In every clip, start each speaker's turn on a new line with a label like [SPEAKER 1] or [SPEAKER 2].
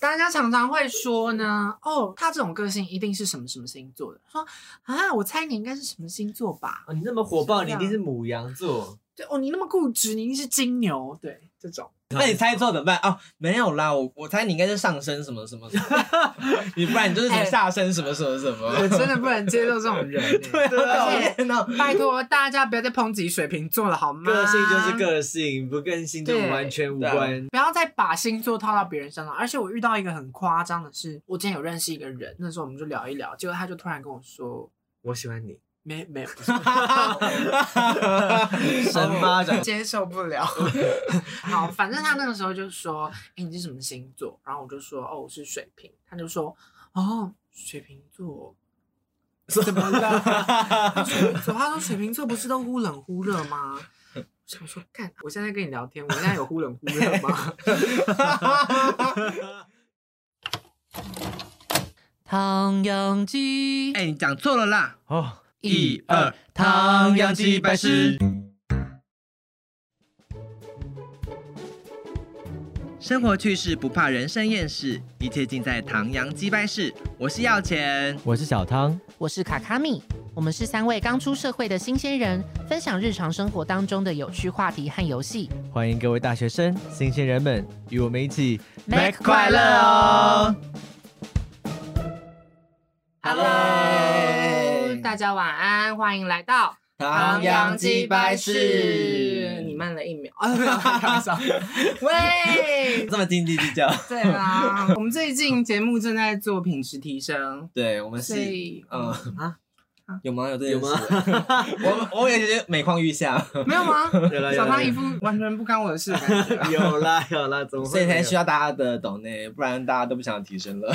[SPEAKER 1] 大家常常会说呢，哦，他这种个性一定是什么什么星座的。说啊，我猜你应该是什么星座吧？
[SPEAKER 2] 哦，你那么火爆，
[SPEAKER 1] 是
[SPEAKER 2] 你
[SPEAKER 1] 啊
[SPEAKER 2] 一定是母羊座。
[SPEAKER 1] 对哦，你那么固执，你一定是金牛。对，这种
[SPEAKER 3] 那你猜错怎么办？哦，没有啦，我我猜你应该是上升什么什 么什么，你不然你就是什么下升什么什么什么。
[SPEAKER 1] 我真的不能接受这种人、
[SPEAKER 3] 对
[SPEAKER 1] 欸。
[SPEAKER 3] 啊，讨厌哦。
[SPEAKER 1] 拜托大家不要再抨击水瓶座了好吗？
[SPEAKER 2] 个性就是，个性，不跟星座
[SPEAKER 1] 对
[SPEAKER 2] 完全无
[SPEAKER 3] 对啊
[SPEAKER 2] 关。
[SPEAKER 1] 不要再把星座套到别人身上。而且我遇到一个很夸张的是，我之前有认识一个人，那时候我们就聊一聊，结果他就突然跟我说，
[SPEAKER 2] 我喜欢你，
[SPEAKER 1] 没没有，不是
[SPEAKER 2] 神巴掌。
[SPEAKER 1] 哦接受不了。 好，反正他那个时候就说：“哎、你是什么星座？”然后我就说：“哦，我是水瓶。”他就说：“哦，水瓶座。”怎么
[SPEAKER 3] 啊
[SPEAKER 1] 了？水瓶座，他说水瓶座不是都忽冷忽热吗？我想说，干，我现在跟你聊天，我现在有忽冷忽热 吗？唐扬鸡
[SPEAKER 3] 哎，你讲错了啦！
[SPEAKER 2] 哦，
[SPEAKER 3] 一二，唐扬鸡百事。生活趣事不怕人生厌世，一切尽在唐扬鸡百事。我是要钱，
[SPEAKER 2] 我是小汤，
[SPEAKER 4] 我是卡卡米，我们是三位刚出社会的新鲜人，分享日常生活当中的有趣话题和游戏。
[SPEAKER 2] 欢迎各位大学生、新鲜人们，与我们一起
[SPEAKER 4] Mac 快乐哦！
[SPEAKER 3] Hello
[SPEAKER 1] 大家晚安，欢迎来到
[SPEAKER 3] 唐扬鸡百
[SPEAKER 1] 你
[SPEAKER 3] 事。
[SPEAKER 1] 慢了一秒。啊没有开玩 笑喂，
[SPEAKER 3] 这么斤斤计较，
[SPEAKER 1] 对啦，我们最近节目正在做品质提升，
[SPEAKER 3] 对我们
[SPEAKER 1] 所
[SPEAKER 3] 是
[SPEAKER 1] 以
[SPEAKER 3] 嗯
[SPEAKER 1] 啊，
[SPEAKER 3] 有吗？有这件
[SPEAKER 2] 有吗
[SPEAKER 3] 事？ 我我也觉得每况愈 下，
[SPEAKER 1] 嗯没有吗？
[SPEAKER 2] 有啦有
[SPEAKER 1] 小
[SPEAKER 2] 啦，
[SPEAKER 1] 汤一副完全不干我的事的感觉 啊
[SPEAKER 2] 有啦有啦，怎么会
[SPEAKER 3] 所以才需
[SPEAKER 2] 要
[SPEAKER 3] 要大家的懂内，不然大家都不想提升了。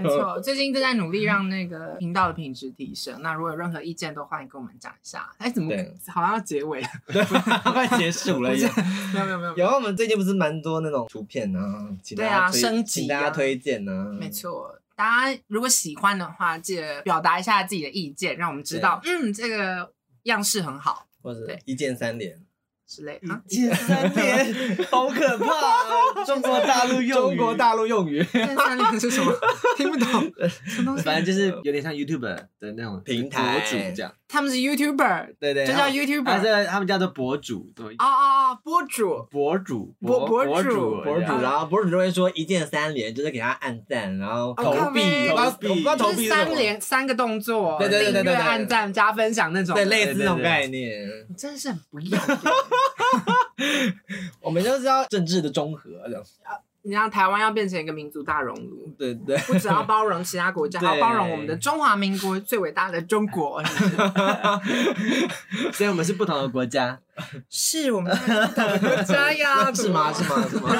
[SPEAKER 1] 没错，最近正在努力让那个频道的品质提升。那如果有任何意见，都欢迎跟我们讲一下。哎，怎么
[SPEAKER 3] 对
[SPEAKER 1] 好像要结尾 了？
[SPEAKER 3] 快结束了耶！
[SPEAKER 1] 没有没有没有，
[SPEAKER 3] 有啊，我们最近不是蛮多那种图片啊，请大
[SPEAKER 1] 对啊
[SPEAKER 3] 家推
[SPEAKER 1] 升级啊
[SPEAKER 3] 请大家推荐呢。
[SPEAKER 1] 没，错，大家如果喜欢的话，记得表达一下自己的意见，让我们知道，嗯，这个样式很好
[SPEAKER 3] 或者
[SPEAKER 1] 对
[SPEAKER 3] 一键三连，
[SPEAKER 1] 之类的。
[SPEAKER 3] 嗯
[SPEAKER 1] 啊
[SPEAKER 2] 一键三连，好可怕啊！ 中国大陆用
[SPEAKER 3] 中
[SPEAKER 2] 语
[SPEAKER 3] 国大陆用 语
[SPEAKER 1] 这三连是什么？ 听不懂，什么东西？
[SPEAKER 2] 反正就是有点像 YouTube 的那种
[SPEAKER 3] 平台
[SPEAKER 2] 博主这样，
[SPEAKER 1] 他们是 YouTuber，
[SPEAKER 3] 对对，
[SPEAKER 1] 就叫
[SPEAKER 3] 然后
[SPEAKER 2] 还
[SPEAKER 1] YouTuber。
[SPEAKER 2] 是他们叫做博主，对，
[SPEAKER 1] 哦哦哦，博主。
[SPEAKER 2] 啊博主
[SPEAKER 1] 博博
[SPEAKER 2] 博
[SPEAKER 1] 主
[SPEAKER 2] 主
[SPEAKER 3] 博主，
[SPEAKER 2] 这样
[SPEAKER 3] 然后博主就会说一键三连，就是给他按赞，然后
[SPEAKER 1] 哦
[SPEAKER 3] 投币，
[SPEAKER 1] 靠
[SPEAKER 3] 我
[SPEAKER 2] 背
[SPEAKER 3] 不知道投
[SPEAKER 1] 就
[SPEAKER 3] 币
[SPEAKER 1] 是
[SPEAKER 3] 是什
[SPEAKER 1] 三
[SPEAKER 3] 么
[SPEAKER 1] 连三个动作，
[SPEAKER 3] 对对对对
[SPEAKER 1] 订阅
[SPEAKER 3] 对对
[SPEAKER 1] 按赞、加分享那种，
[SPEAKER 3] 对，类似那种
[SPEAKER 2] 对对对
[SPEAKER 3] 概念。
[SPEAKER 1] 你真的是很不要脸。
[SPEAKER 3] 我们就是要政治的中和，这样
[SPEAKER 1] 你让台湾要变成一个民族大熔炉，
[SPEAKER 3] 对对。
[SPEAKER 1] 不只要包容其他国 家，还要
[SPEAKER 3] 对
[SPEAKER 1] 包容我们的中华民国最伟大的中 国。
[SPEAKER 2] 所以我们是不同的国家，
[SPEAKER 1] 是我们的国家呀，
[SPEAKER 3] 是吗？是？吗？是吗？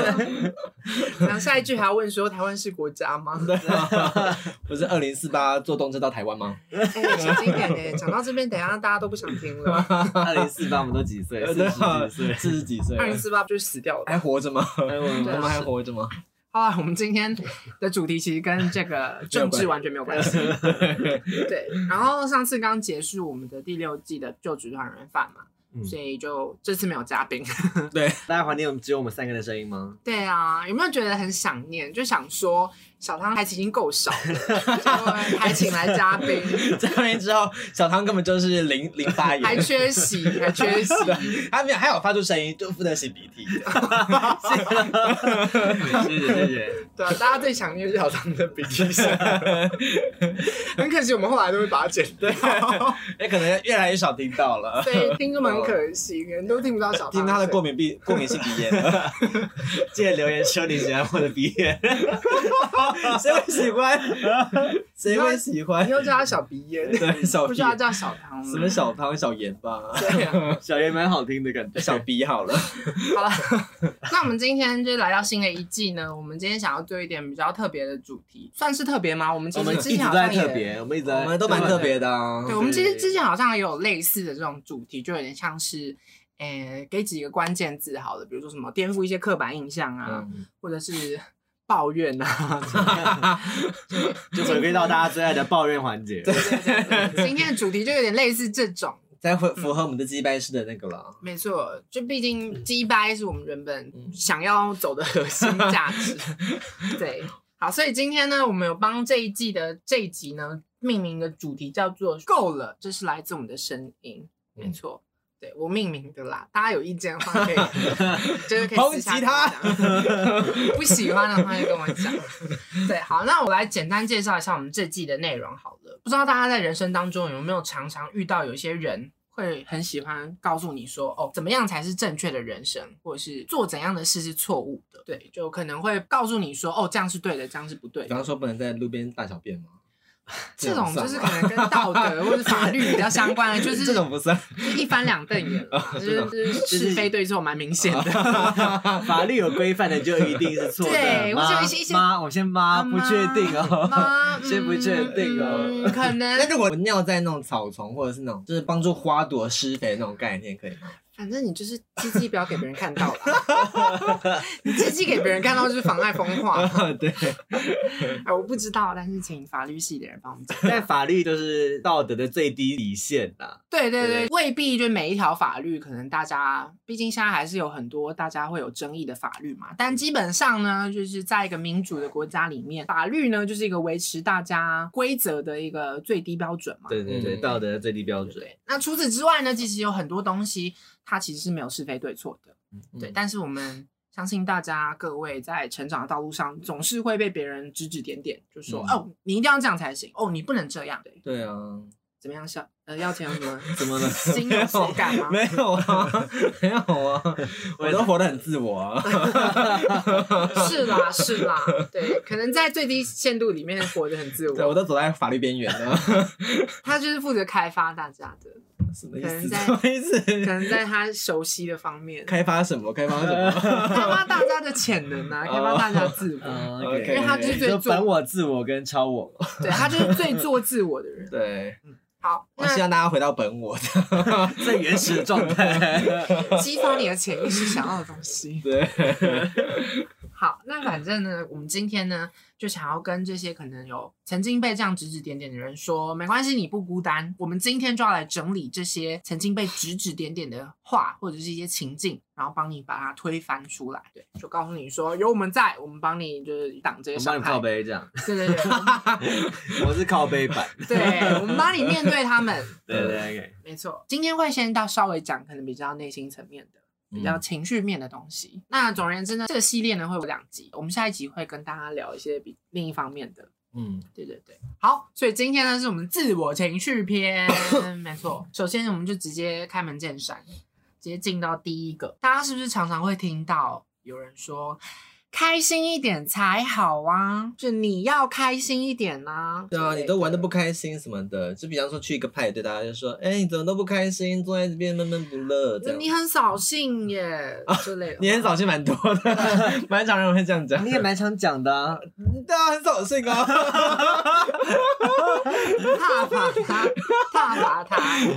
[SPEAKER 1] 然后下一句还要问说台湾是国家吗？
[SPEAKER 3] 啊 不是二零四八坐动车到台湾吗？
[SPEAKER 1] 哎，小心一点哎，讲到这边，等一下大家都不想听了。
[SPEAKER 2] 二零四八我们都几岁？四
[SPEAKER 3] 对
[SPEAKER 2] 十
[SPEAKER 3] 啊
[SPEAKER 2] 几岁。嗯
[SPEAKER 3] 四十几岁了
[SPEAKER 1] 二，零四八就死掉
[SPEAKER 3] 还
[SPEAKER 1] 了。
[SPEAKER 3] 活着吗？
[SPEAKER 1] 对啊
[SPEAKER 3] 我们还活着吗？
[SPEAKER 1] 好啊 了，我们今天的主题其实跟这个政治完全没有关系。对，然后上次刚结束我们的第六季的就职团人饭嘛，
[SPEAKER 2] 嗯
[SPEAKER 1] 所以就这次没有嘉宾。
[SPEAKER 3] 对，
[SPEAKER 2] 大家怀念我们只有我们三个的声音吗？
[SPEAKER 1] 对啊，有没有觉得很想念？就想说小汤还已经够少了，结果还请来嘉宾，
[SPEAKER 3] 在那边之后，小汤根本就是零零发
[SPEAKER 1] 还
[SPEAKER 3] 言，
[SPEAKER 1] 缺席，还缺席。
[SPEAKER 3] 他没有，还有发出声音，就负责擤鼻 涕。
[SPEAKER 2] 谢谢谢谢。
[SPEAKER 1] 对啊，大家最想念是小汤的鼻涕声，很可惜我们后来都会把它剪掉，
[SPEAKER 3] 哎，可能越来越少听到了，
[SPEAKER 1] 所以听众们很可惜，可能都听不到小汤。
[SPEAKER 3] 听他的过，敏 病、过敏性鼻炎了。
[SPEAKER 2] 记得留言说你喜欢我的鼻炎。
[SPEAKER 3] 谁会喜欢？ 谁会喜欢
[SPEAKER 1] 以？后叫他小鼻炎，
[SPEAKER 3] 哎对，小
[SPEAKER 1] 不
[SPEAKER 3] 鼻
[SPEAKER 1] 需要叫小汤了。
[SPEAKER 3] 什么小汤、小盐吧，
[SPEAKER 1] 对啊，
[SPEAKER 2] 小圆蛮好听的感觉。
[SPEAKER 3] 小鼻好了。
[SPEAKER 1] 好了， 那我们今天就来到新的一季呢。我们今天想要做一点比较特别的主题，算是特别吗？我们其
[SPEAKER 2] 我
[SPEAKER 1] 实
[SPEAKER 2] 们
[SPEAKER 1] 之
[SPEAKER 2] 一直
[SPEAKER 1] 前
[SPEAKER 2] 都
[SPEAKER 1] 好
[SPEAKER 2] 在
[SPEAKER 1] 像也
[SPEAKER 2] 特别，我们一直在，
[SPEAKER 3] 我们都蛮特别的啊。
[SPEAKER 1] 对，我们其实之前好像也有类似的这种主题，就有点像是，诶、给几个关键字好了，比如说什么颠覆一些刻板印象啊，
[SPEAKER 3] 嗯
[SPEAKER 1] 或者是抱怨啊。
[SPEAKER 2] 就回归到大家最爱的抱怨环节。
[SPEAKER 1] 对对对对今天的主题就有点类似这种，
[SPEAKER 3] 才符符合我们的鸡掰式的那个了。
[SPEAKER 1] 没错，就毕
[SPEAKER 3] 嗯
[SPEAKER 1] 竟鸡掰是我们原本想要走的核心价值，对。好，所以今天呢，我们有帮这一季的这一集呢命名的主题叫做“够了”，这是来自我们的声音，没
[SPEAKER 3] 嗯
[SPEAKER 1] 错。对我命名的啦，大家有意见的话可 以，就是可以私下
[SPEAKER 3] 抨击
[SPEAKER 1] 跟我讲，不 喜欢的话就跟我讲。对，好，那我来简单介绍一下我们这季的内容好了。不知道大家在人生当中有没有常常遇到有一些人会很喜欢告诉你说，哦，怎么样才是正确的人生，或者是做怎样的事是错误的？对，就可能会告诉你说，哦，这样是对的，这样是不对
[SPEAKER 3] 比
[SPEAKER 1] 的。
[SPEAKER 3] 方说不能在路边大小便吗？
[SPEAKER 1] 这
[SPEAKER 3] 样
[SPEAKER 1] 种就是
[SPEAKER 3] 算
[SPEAKER 1] 可
[SPEAKER 3] 吗
[SPEAKER 1] 能跟道德或者法律比较相关的，就是
[SPEAKER 3] 这种不算。
[SPEAKER 1] 一翻两瞪眼啦，就是就是是非对错蛮明显的。
[SPEAKER 2] 法律有规范的就一定是错的。
[SPEAKER 1] 对
[SPEAKER 2] 妈
[SPEAKER 1] 或者有一些一些啊
[SPEAKER 2] 妈，我先妈不确定哦。
[SPEAKER 1] 妈，
[SPEAKER 2] 先不确定哦
[SPEAKER 1] 嗯可能
[SPEAKER 3] 那如果尿在那种草丛，或者是那种就是帮助花朵施肥那种概念，可以 吗？
[SPEAKER 1] 反正你就是鸡鸡不要给别人看到了， 你鸡鸡给别人看到就是妨碍风 化。
[SPEAKER 3] 对，
[SPEAKER 1] 哎，我不知道，但是请法律系的人帮我们讲。
[SPEAKER 2] 但法律就是道德的最低底线啦。
[SPEAKER 1] 对对对，未必就每一条法律，可能大家毕竟现在还是有很多大家会有争议的法律嘛。但基本上呢，就是在一个民主的国家里面，法律呢就是一个维持大家规则的一个最低标准嘛。
[SPEAKER 2] 对对对，
[SPEAKER 3] 嗯
[SPEAKER 2] 道德的最低标准。
[SPEAKER 1] 对。那除此之外呢，其实有很多东西它其实是没有是非对错的。
[SPEAKER 3] 嗯
[SPEAKER 1] 对，但是我们相信大家各位在成长的道路上，总是会被别人指指点点，就说、
[SPEAKER 3] 嗯
[SPEAKER 1] 哦，你一定要这样才行，哦，你不能这样，对，
[SPEAKER 3] 对啊，
[SPEAKER 1] 怎么样笑？呃，要钱什么
[SPEAKER 3] 怎么 了？
[SPEAKER 1] 心有手感吗？
[SPEAKER 3] 没有啊， 没有啊， 我都活得很自我 啊。
[SPEAKER 1] 是啦，是啦，对，可能在最低限度里面活得很自
[SPEAKER 3] 对，我
[SPEAKER 1] 我，
[SPEAKER 3] 都走在法律边缘啊了，
[SPEAKER 1] 他就是负责开发大家的，
[SPEAKER 3] 什么意思？
[SPEAKER 1] 可能在
[SPEAKER 3] 什么意
[SPEAKER 1] 可
[SPEAKER 3] 思？
[SPEAKER 1] 能在他熟悉的方 面，开
[SPEAKER 3] 开发什么？开发 什么？
[SPEAKER 1] 发大家的潜能啊，开发大家的自我，
[SPEAKER 2] 嗯
[SPEAKER 1] 因
[SPEAKER 3] ，OK
[SPEAKER 1] 为他就是最
[SPEAKER 2] 就
[SPEAKER 1] 做
[SPEAKER 2] 反我、自我跟超我。
[SPEAKER 1] 对他就是最做自我的人。
[SPEAKER 3] 对，
[SPEAKER 1] 好，
[SPEAKER 3] 我希
[SPEAKER 1] 那
[SPEAKER 3] 望大家回到本我。
[SPEAKER 2] 最原始的状 态。
[SPEAKER 1] 激发你的潜意识想要的东 西。
[SPEAKER 3] 对，
[SPEAKER 1] 好，那反正呢，我们今天呢，就想要跟这些可能有曾经被这样指指点点的人说，没关系，你不孤单。我们今天就要来整理这些曾经被指指点点的话，或者是一些情境，然后帮你把它推翻出来。对，就告诉你说，有我们在，我们帮你就是挡这些
[SPEAKER 2] 我帮
[SPEAKER 1] 伤
[SPEAKER 2] 你
[SPEAKER 1] 害
[SPEAKER 2] 靠。背这样，
[SPEAKER 1] 对对对，我们
[SPEAKER 2] 我是靠背版。
[SPEAKER 1] 对，我们帮你面对他们。
[SPEAKER 2] 对对对，
[SPEAKER 1] 没错，今天会先到稍微讲可能比较内心层面的。比
[SPEAKER 3] 嗯
[SPEAKER 1] 较情绪面的东西。那总而言之呢，这个系列呢会有两集，我们下一集会跟大家聊一些比另一方面的。
[SPEAKER 3] 嗯，
[SPEAKER 1] 对对对，好，所以今天呢是我们自我情绪 篇，没错。首先我们就直接开门见山，直接进到第一个。大家是不是常常会听到有人说？开心一点才好啊！就你要开心一点呐、
[SPEAKER 3] 对啊，
[SPEAKER 1] 之类
[SPEAKER 3] 你都玩的不开心什么的，就比方说去一个派对，大家就说，哎，你怎么都不开心，坐在这边闷闷不乐这样。啊
[SPEAKER 1] 你很扫兴耶、之类的。
[SPEAKER 3] 你很扫兴蛮多 的，蛮常人会这样讲。
[SPEAKER 2] 你也蛮常讲的啊。
[SPEAKER 3] 大家很扫兴啊。
[SPEAKER 1] 踏伐他，踏伐 他。嗯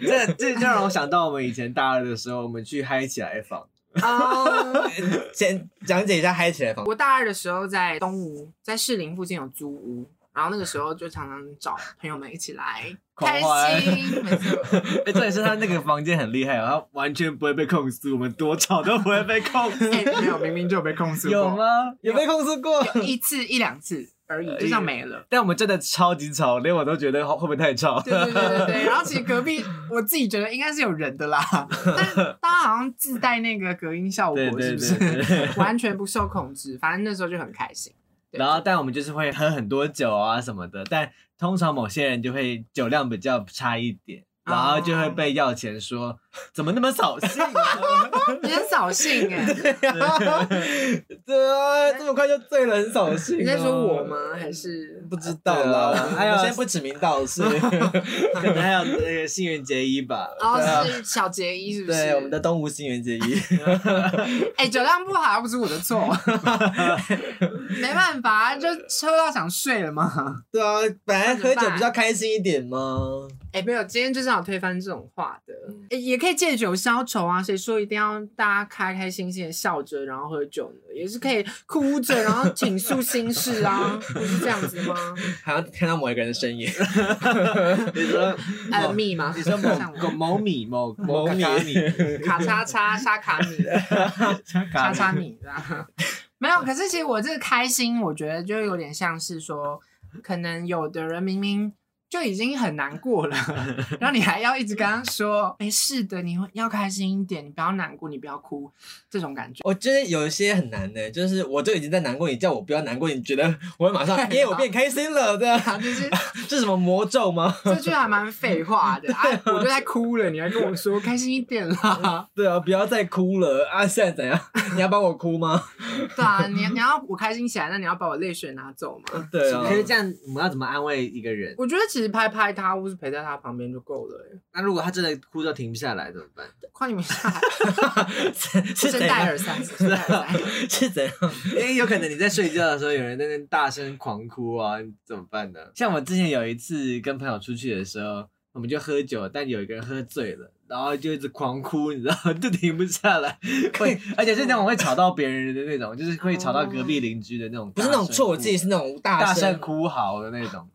[SPEAKER 2] 这这就让我想到我们以前大二的时候，我们去嗨起来房。
[SPEAKER 1] 哦，
[SPEAKER 3] 先讲解一下嗨起来房，
[SPEAKER 1] 我大二的时候在东吴，在士林附近有租屋，然后那个时候就常常找朋友们一起来
[SPEAKER 2] 狂
[SPEAKER 1] 开
[SPEAKER 2] 欢
[SPEAKER 1] 心，没错。
[SPEAKER 2] 哎，重点是他那个房间很厉害哦，他完全不会被控诉，我们多吵都不会被控诉。
[SPEAKER 1] 哎没有，明明就有被控诉
[SPEAKER 2] 有吗？
[SPEAKER 3] 有被控诉过？
[SPEAKER 1] 有一次一两次而已，就像没了。
[SPEAKER 2] 但我们真的超级吵，连我都觉得会不会太吵？
[SPEAKER 1] 对对对对对，然后其实隔壁我自己觉得应该是有人的啦，但大家好像自带那个隔音效果，
[SPEAKER 2] 对
[SPEAKER 1] 是
[SPEAKER 2] 对
[SPEAKER 1] 不
[SPEAKER 2] 对
[SPEAKER 1] 是？
[SPEAKER 2] 对。
[SPEAKER 1] 完全不受控制，反正那时候就很开心。对
[SPEAKER 2] 然后，但我们就是会喝很多酒啊什么的，但通常某些人就会酒量比较差一点，
[SPEAKER 1] 哦
[SPEAKER 2] 然后就会被要钱说怎么那么扫兴啊？
[SPEAKER 1] 你很扫兴哎、
[SPEAKER 3] 对啊，这么快就醉了，很扫兴。啊
[SPEAKER 1] 你在说我？吗？还是
[SPEAKER 3] 不知道啦，
[SPEAKER 2] 对啊
[SPEAKER 3] 我先不指名道姓。
[SPEAKER 2] 可能还有那个新垣结衣吧。
[SPEAKER 1] 哦，是小杰一是不是？
[SPEAKER 3] 对，我们的东吴新垣结衣。
[SPEAKER 1] 哎、酒量不好又不是我的 错，没办法，啊就喝到想睡了嘛。
[SPEAKER 3] 对啊，本来喝酒比较开心一点嘛。
[SPEAKER 1] 哎、没有，今天就是要推翻这种话的，哎也可以借酒消愁啊。谁说一定要大家开开心心的笑着然后喝酒呢？也是可以哭着然后倾诉心事啊，不是这样子 吗？
[SPEAKER 3] 好像看到某一个人的身影，
[SPEAKER 2] 你说
[SPEAKER 1] 呃，蜜吗？
[SPEAKER 2] 你说
[SPEAKER 1] 像
[SPEAKER 2] 某
[SPEAKER 1] 我
[SPEAKER 2] 某米某
[SPEAKER 3] 某
[SPEAKER 2] 某
[SPEAKER 3] 米
[SPEAKER 2] 米米
[SPEAKER 1] 卡叉叉沙卡米。
[SPEAKER 2] 叉
[SPEAKER 1] 叉叉米的，没有，可是其实我这个开心，我觉得就有点像是说，可能有的人明明就已经很难过了，然后你还要一直跟他说没事的，你会要开心一点，你不要难过，你不要哭，这种 感觉。
[SPEAKER 3] 我觉得有一些很难呢、就是我都已经在难过，你叫我不要难过，你觉得我会马 上，耶，我变开心了，对啊，
[SPEAKER 1] 就是
[SPEAKER 3] 这是什么魔咒吗？
[SPEAKER 1] 这句还蛮废话的啊！我都在哭了，你还跟我说开心一点 啦？
[SPEAKER 3] 对啊，不要再哭了啊！现在怎 样？你要帮我哭吗？
[SPEAKER 1] 对啊，你你要我开心起来，那你要把我泪水拿走嘛？
[SPEAKER 3] 对啊
[SPEAKER 2] 可，是这样，我们要怎么安慰一个人？
[SPEAKER 1] 我觉得其实拍拍他或是陪在他旁边就够了、欸。
[SPEAKER 2] 那如果他真的哭到停不下来怎么办？
[SPEAKER 1] 快你们下来，
[SPEAKER 3] 是是
[SPEAKER 1] 先
[SPEAKER 3] 怎
[SPEAKER 1] 戴
[SPEAKER 3] 样？
[SPEAKER 1] 耳塞，先戴耳塞。
[SPEAKER 3] 是啊怎样？
[SPEAKER 2] 因为有可能你在睡觉的时候，有人在那边大声狂哭啊，你怎么办呢？像我之前有一次跟朋友出去的时候，我们就喝酒，但有一个人喝醉了，然后就一直狂哭，你知道吗， 就停不下来，会，而且是那种会吵到别人的那种，就是会吵到隔壁邻居的那种，
[SPEAKER 3] 不是那种错，我自己是那种大
[SPEAKER 2] 大
[SPEAKER 3] 声
[SPEAKER 2] 声，哭嚎的那种。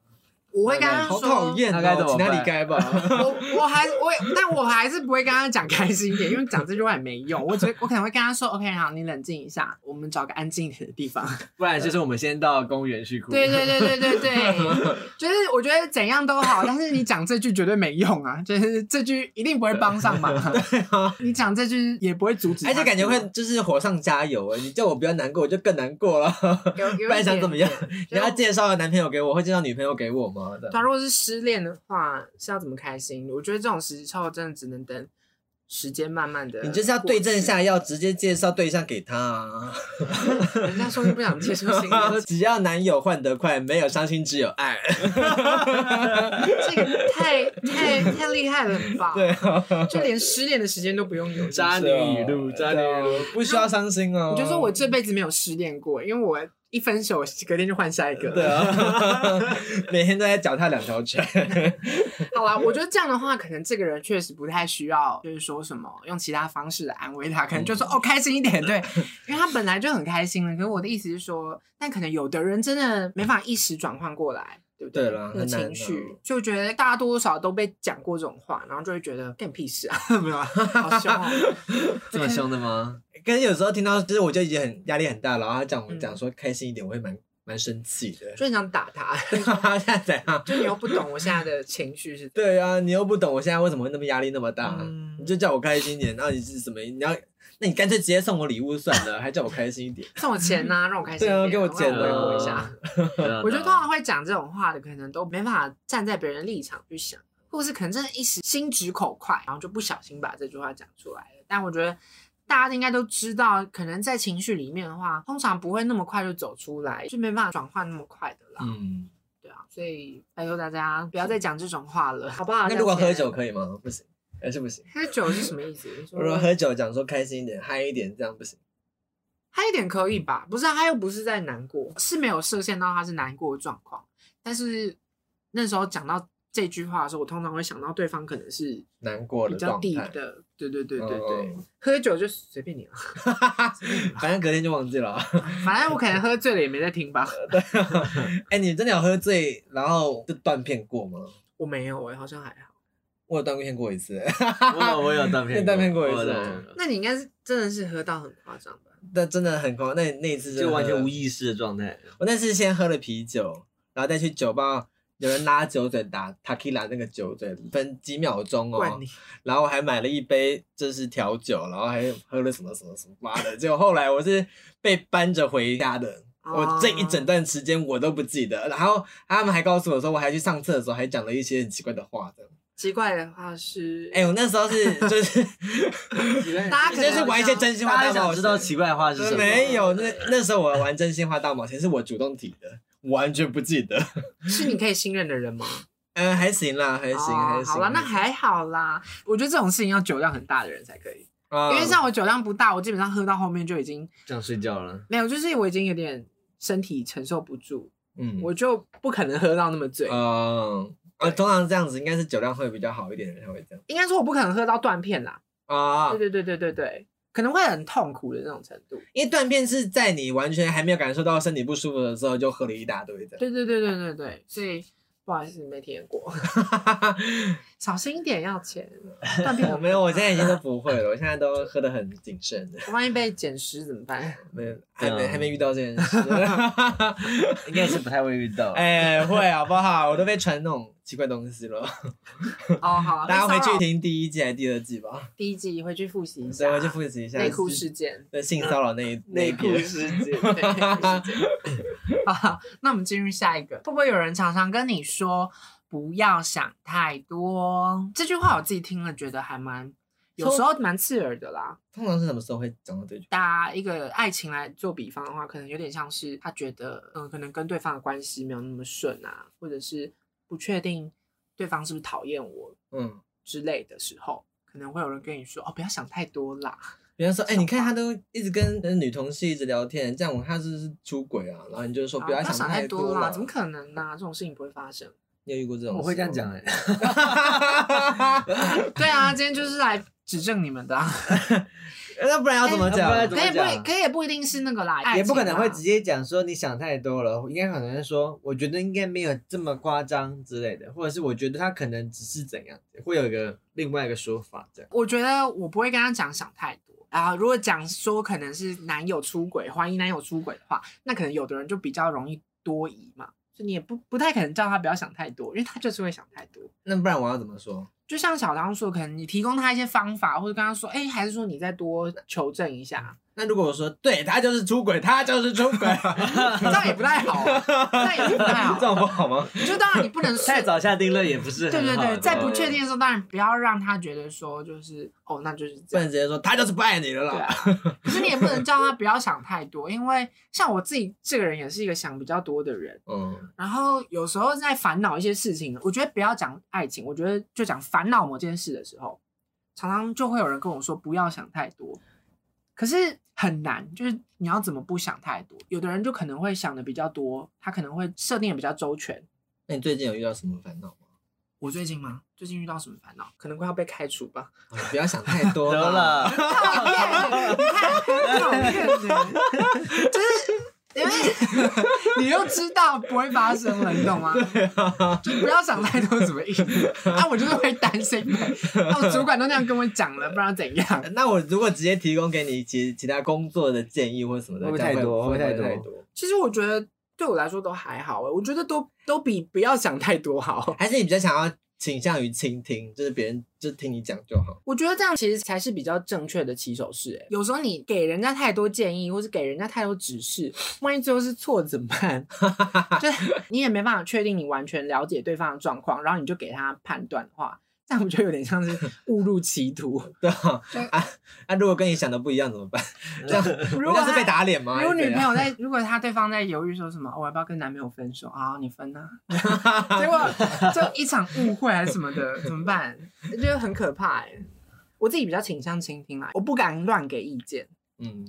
[SPEAKER 1] 我会跟他
[SPEAKER 3] 好
[SPEAKER 1] 说，
[SPEAKER 3] 讨厌
[SPEAKER 2] 那该怎
[SPEAKER 3] 哦，
[SPEAKER 2] 么
[SPEAKER 3] 请他
[SPEAKER 2] 办
[SPEAKER 3] 离开吧。
[SPEAKER 1] 我我还我也，但我还是不会跟他讲开心一点，因为讲这句话也没用。我只会我可能会跟他说，OK，好，你冷静一下，我们找个安静一点的地 方。
[SPEAKER 2] 不然就是我们先到公园去哭。
[SPEAKER 1] 对对对对对对， 就是我觉得怎样都好，但是你讲这句绝对没用啊，就是这句一定不会帮上忙。啊 你讲这句也不会阻止他
[SPEAKER 3] 而
[SPEAKER 1] 哭，
[SPEAKER 3] 且感觉会啊就是火上加油哎、你叫我不要难过，我就更难过了。
[SPEAKER 1] 有有一
[SPEAKER 3] 不然想
[SPEAKER 1] 点
[SPEAKER 3] 怎么样
[SPEAKER 1] 点？
[SPEAKER 3] 你要介绍男朋友给我，会介绍女朋友给我吗？这样
[SPEAKER 1] 他如果是失恋的话，是要怎么开心？我觉得这种时候真的只能等时间慢慢的。
[SPEAKER 3] 你就是要对症，下药，直接介绍对象给 他、啊。
[SPEAKER 1] 人家说你不想接受新 的
[SPEAKER 3] 只要男友换得快，没有伤心只有爱。
[SPEAKER 1] 这个太太太厉害了吧？
[SPEAKER 3] 对，啊，
[SPEAKER 1] 就连失恋的时间都不用有。
[SPEAKER 2] 渣女语录，渣女语录。
[SPEAKER 3] 啊不需要伤心哦。
[SPEAKER 1] 我就说我这辈子没有失恋过，因为我一分手隔天就换下一个。
[SPEAKER 3] 对啊， 每天都在脚踏两条船。
[SPEAKER 1] 好啦，我觉得这样的话，可能这个人确实不太需要，就是说什么用其他方式来安慰他，可能就说、
[SPEAKER 3] 嗯
[SPEAKER 1] 哦开心一点，对，因为他本来就很开心了。可是我的意思是说，但可能有的人真的没法一时转换过来。对不
[SPEAKER 3] 对啦
[SPEAKER 1] 那个
[SPEAKER 3] 很难
[SPEAKER 1] 情绪
[SPEAKER 3] 啊，
[SPEAKER 1] 就觉得大家多多少少都被讲过这种话，然后就会觉得干你屁事 啊，没有啊，好凶哦。
[SPEAKER 2] 这么凶的吗？
[SPEAKER 3] 跟有时候听到，就是我就已经很压力很大了，然后他讲我
[SPEAKER 1] 嗯
[SPEAKER 3] 讲说开心一点，我会蛮蛮生气 的。
[SPEAKER 1] 就很想打他，
[SPEAKER 3] 现在怎样？
[SPEAKER 1] 就你又不懂我现在的情绪是。
[SPEAKER 3] 对啊，你又不懂我现在为什么会那么压力那么大，
[SPEAKER 1] 嗯
[SPEAKER 3] 你就叫我开心一点，然后你是什么？你要，那你干脆直接送我礼物算了，还叫我开心一点。
[SPEAKER 1] 送我钱呐、让我开心一
[SPEAKER 3] 对
[SPEAKER 1] 点。
[SPEAKER 3] 啊给我
[SPEAKER 1] 让
[SPEAKER 3] 钱
[SPEAKER 1] 慰我一下
[SPEAKER 2] 啊。我
[SPEAKER 1] 我觉得通常会讲这种话的，可能都没办法站在别人立场去想，或是可能真的一时心直口快，然后就不小心把这句话讲出来了。但我觉得大家应该都知道，可能在情绪里面的话，通常不会那么快就走出来，就没办法转换那么快的啦。
[SPEAKER 3] 嗯，
[SPEAKER 1] 对啊，所以拜托大家不要再讲这种话了，好不好？
[SPEAKER 3] 那如果喝
[SPEAKER 1] 大家
[SPEAKER 3] 酒可以吗？不行，还是不行。
[SPEAKER 1] 喝酒是什么意思？你说
[SPEAKER 3] 如果喝酒讲说开心一点、嗨一点，这样不行。
[SPEAKER 1] 嗨一点可以吧？不是，啊他又不是在难过，是没有设限到他是难过的状况。但是那时候讲到这句话的时候，我通常会想到对方可能是
[SPEAKER 3] 难过
[SPEAKER 1] 比
[SPEAKER 3] 的
[SPEAKER 1] 较
[SPEAKER 3] 状
[SPEAKER 1] 低
[SPEAKER 3] 态，
[SPEAKER 1] 的，对对对对对。
[SPEAKER 3] 嗯
[SPEAKER 1] 喝酒就随便你 了，
[SPEAKER 3] 反正隔天就忘记了。
[SPEAKER 1] 反正我可能喝醉了也没在听吧。
[SPEAKER 3] 哎、你真的有喝醉然后就断片过吗？
[SPEAKER 1] 我没有哎、好像还好。
[SPEAKER 3] 我有断片过一次，
[SPEAKER 2] 我有我有断片，
[SPEAKER 3] 断片过一
[SPEAKER 2] 我有
[SPEAKER 3] 次
[SPEAKER 2] 断
[SPEAKER 3] 哦
[SPEAKER 2] 片过
[SPEAKER 1] 那你应该是真的是喝到很夸张吧？
[SPEAKER 3] 但真的很狂。那那一次真的
[SPEAKER 2] 就完全
[SPEAKER 3] 喝
[SPEAKER 2] 无意识的状态。
[SPEAKER 3] 我那次先喝了啤酒，然后再去酒吧，有人拉酒嘴打 tequila 那个酒嘴，分几秒钟
[SPEAKER 1] 怪
[SPEAKER 3] 哦
[SPEAKER 1] 你。
[SPEAKER 3] 然后我还买了一杯就是调酒，然后还喝了什么什么什么妈的。结果后来我是被搬着回家的。
[SPEAKER 2] 哦
[SPEAKER 1] 哦
[SPEAKER 3] 我这一整段时间我都不记得，然后他们还告诉我说，我还去上厕所，还讲了一些很奇怪的话的。
[SPEAKER 1] 奇怪的话是，
[SPEAKER 3] 哎、我那时候是 就是
[SPEAKER 1] 大家可能
[SPEAKER 3] 就是玩一些真心话
[SPEAKER 2] 大
[SPEAKER 3] 大
[SPEAKER 2] 家
[SPEAKER 3] 冒
[SPEAKER 2] 想知道
[SPEAKER 3] 险，
[SPEAKER 2] 奇怪的话是什么？
[SPEAKER 3] 没有，那那时候我玩真心话大冒险是我主动提的，完全不记得。
[SPEAKER 1] 是你可以信任的人吗？
[SPEAKER 3] 嗯，还行啦，还行，还
[SPEAKER 1] 哦
[SPEAKER 3] 行。
[SPEAKER 1] 好啦，那
[SPEAKER 3] 行
[SPEAKER 1] 还好啦。我觉得这种事情要酒量很大的人才可以，
[SPEAKER 3] 啊
[SPEAKER 1] 因为像我酒量不大，我基本上喝到后面就已经
[SPEAKER 2] 想睡觉了。
[SPEAKER 1] 没有，就是我已经有点身体承受不住，
[SPEAKER 3] 嗯，
[SPEAKER 1] 我就不可能喝到那么醉。
[SPEAKER 3] 嗯啊，通常这样子应该是酒量会比较好一点的人才会这样
[SPEAKER 1] 应该说我不可能喝到断片啦。
[SPEAKER 3] 啊
[SPEAKER 1] 对，对对对对对，可能会很痛苦的那种程度。
[SPEAKER 3] 因为断片是在你完全还没有感受到身体不舒服的时候就喝了一大堆的。
[SPEAKER 1] 对对对对对对，所以。不好意思，没体验 过，小心一点，要钱。断片
[SPEAKER 3] 我没有，我现在已经都不会了，我现在都喝的很谨慎 的，
[SPEAKER 1] 我万一被捡尸怎么 办？
[SPEAKER 3] 没有，还
[SPEAKER 2] 对
[SPEAKER 3] 没
[SPEAKER 2] 啊
[SPEAKER 3] 还没遇到这件 事。
[SPEAKER 2] 应该是不太会遇到。
[SPEAKER 3] 哎，会好不好？我都被传那种奇怪东西了。
[SPEAKER 1] 哦，好，
[SPEAKER 3] 大家回
[SPEAKER 1] 被骚
[SPEAKER 3] 去
[SPEAKER 1] 扰
[SPEAKER 3] 听第一季还是第二季吧，
[SPEAKER 1] 第一季回去复习一下，
[SPEAKER 3] 所以我就复习一下
[SPEAKER 1] 内裤事件。
[SPEAKER 3] 对性骚扰那一那
[SPEAKER 2] 嗯内
[SPEAKER 3] 一
[SPEAKER 2] 裤
[SPEAKER 3] 篇。
[SPEAKER 2] 世界，
[SPEAKER 1] 对内裤事件 好，那我们进入下一个。会不会有人常常跟你说不要想太多？这句话我自己听了觉得还蛮，有时候蛮刺耳的啦。
[SPEAKER 3] 通常是什么时候会讲到这句？
[SPEAKER 1] 打一个爱情来做比方的话，可能有点像是他觉得，嗯，可能跟对方的关系没有那么顺啊，或者是不确定对方是不是讨厌我
[SPEAKER 3] 嗯，
[SPEAKER 1] 之类的时候，可能会有人跟你说，哦，不要想太多啦。
[SPEAKER 3] 别人说，哎，你看他都一直跟跟女同事一直聊天，这样我他是不是出轨啊？然后你就说
[SPEAKER 1] 啊
[SPEAKER 3] 要
[SPEAKER 1] 想
[SPEAKER 3] 想
[SPEAKER 1] 太
[SPEAKER 3] 多
[SPEAKER 1] 啦，怎么可能呢、这种事情不会发生。
[SPEAKER 3] 你有遇过这种？
[SPEAKER 2] 我会这样讲。哎，
[SPEAKER 1] 对啊，今天就是来指正你们的、啊，
[SPEAKER 3] 那不然要怎么讲
[SPEAKER 2] 哎？ 那不然怎
[SPEAKER 1] 可
[SPEAKER 2] 么
[SPEAKER 1] 以
[SPEAKER 2] 讲
[SPEAKER 1] 不可以也不一定是那个啦，爱
[SPEAKER 2] 也不可能会直
[SPEAKER 1] 情啊
[SPEAKER 2] 接讲说你想太多了，应该可能是说我觉得应该没有这么夸张之类的，或者是我觉得他可能只是怎样，会有一个另外一个说法这样。
[SPEAKER 1] 我觉得我不会跟他讲想太多。啊，如果讲说可能是男友出轨，怀疑男友出轨的话，那可能有的人就比较容易多疑嘛，所以你也不不太可能叫他不要想太多，因为他就是会想太多。
[SPEAKER 3] 那不然我要怎么说？
[SPEAKER 1] 就像小唐说，可能你提供他一些方法，或者跟他说，哎、还是说你再多求证一 下，
[SPEAKER 3] 那如果我说对他就是出轨，他就是出轨，
[SPEAKER 1] 这样也不太好、啊，这样也不太好
[SPEAKER 3] 这样不好吗？
[SPEAKER 1] 就当然你不能说
[SPEAKER 2] 太早下定论也不是
[SPEAKER 1] 对
[SPEAKER 2] 很
[SPEAKER 1] 对
[SPEAKER 2] 好
[SPEAKER 1] 对，在不
[SPEAKER 2] 对
[SPEAKER 1] 确定的时候，当然不要让他觉得说就是哦，那就是
[SPEAKER 3] 不
[SPEAKER 1] 这
[SPEAKER 3] 然
[SPEAKER 1] 样。
[SPEAKER 3] 直接说他就是不爱你了
[SPEAKER 1] 对
[SPEAKER 3] 啦。
[SPEAKER 1] 啊，可是你也不能叫他不要想太多，因为像我自己这个人也是一个想比较多的人，
[SPEAKER 3] 嗯，
[SPEAKER 1] 然后有时候在烦恼一些事情，我觉得不要讲爱情，我觉得就讲烦恼某件事的时候，常常就会有人跟我说不要想太多，可是很难，就是你要怎么不想太多？有的人就可能会想的比较多，他可能会设定的比较周全。
[SPEAKER 3] 那你最近有遇到什么烦恼吗？
[SPEAKER 1] 我最近吗？最近遇到什么烦恼？可能快要被开除吧。
[SPEAKER 3] 哦不要想太多
[SPEAKER 1] 啊
[SPEAKER 2] 得了
[SPEAKER 3] 啦。，
[SPEAKER 1] 讨厌，你看，讨厌呢，就是因为你又知道不会发生了，你懂吗？就不要想太多什么意思。啊，我就是会担心呗。啊，我主管都那样跟我讲了，不然怎样？
[SPEAKER 3] 那我如果直接提供给你其其他工作的建议或什么的，
[SPEAKER 2] 会不会
[SPEAKER 3] 这样
[SPEAKER 2] 太多
[SPEAKER 3] 会
[SPEAKER 2] 会不会
[SPEAKER 3] 不会
[SPEAKER 2] 太
[SPEAKER 3] 太
[SPEAKER 2] 多
[SPEAKER 3] 多？
[SPEAKER 1] 其实我觉得对我来说都还好、欸，我觉得都都比不要想太多好。
[SPEAKER 3] 还是你比较想要倾向于倾听，就是别人就听你讲就好。
[SPEAKER 1] 我觉得这样其实才是比较正确的起手式、欸。有时候你给人家太多建议，或是给人家太多指示，万一最后是错怎么办？ 就是你也没办法确定你完全了解对方的状况，然后你就给他判断的话，这样我觉得有点 像是误入歧途。
[SPEAKER 3] 对啊，啊，那如果跟你想的不一样怎么办？这样
[SPEAKER 1] 如
[SPEAKER 3] 我
[SPEAKER 1] 果
[SPEAKER 3] 这样是被
[SPEAKER 1] 他
[SPEAKER 3] 打脸吗？
[SPEAKER 1] 如果女朋
[SPEAKER 3] 还
[SPEAKER 1] 友在，如果他对方在犹豫说什么，哦我要不要跟男朋友分手啊？你分 啊？
[SPEAKER 3] 是怎样
[SPEAKER 1] 结果 就一场误会还是什么的，怎么办？我觉得很可怕哎、我自己比较倾向倾听啦，我不敢乱给意见。
[SPEAKER 3] 嗯，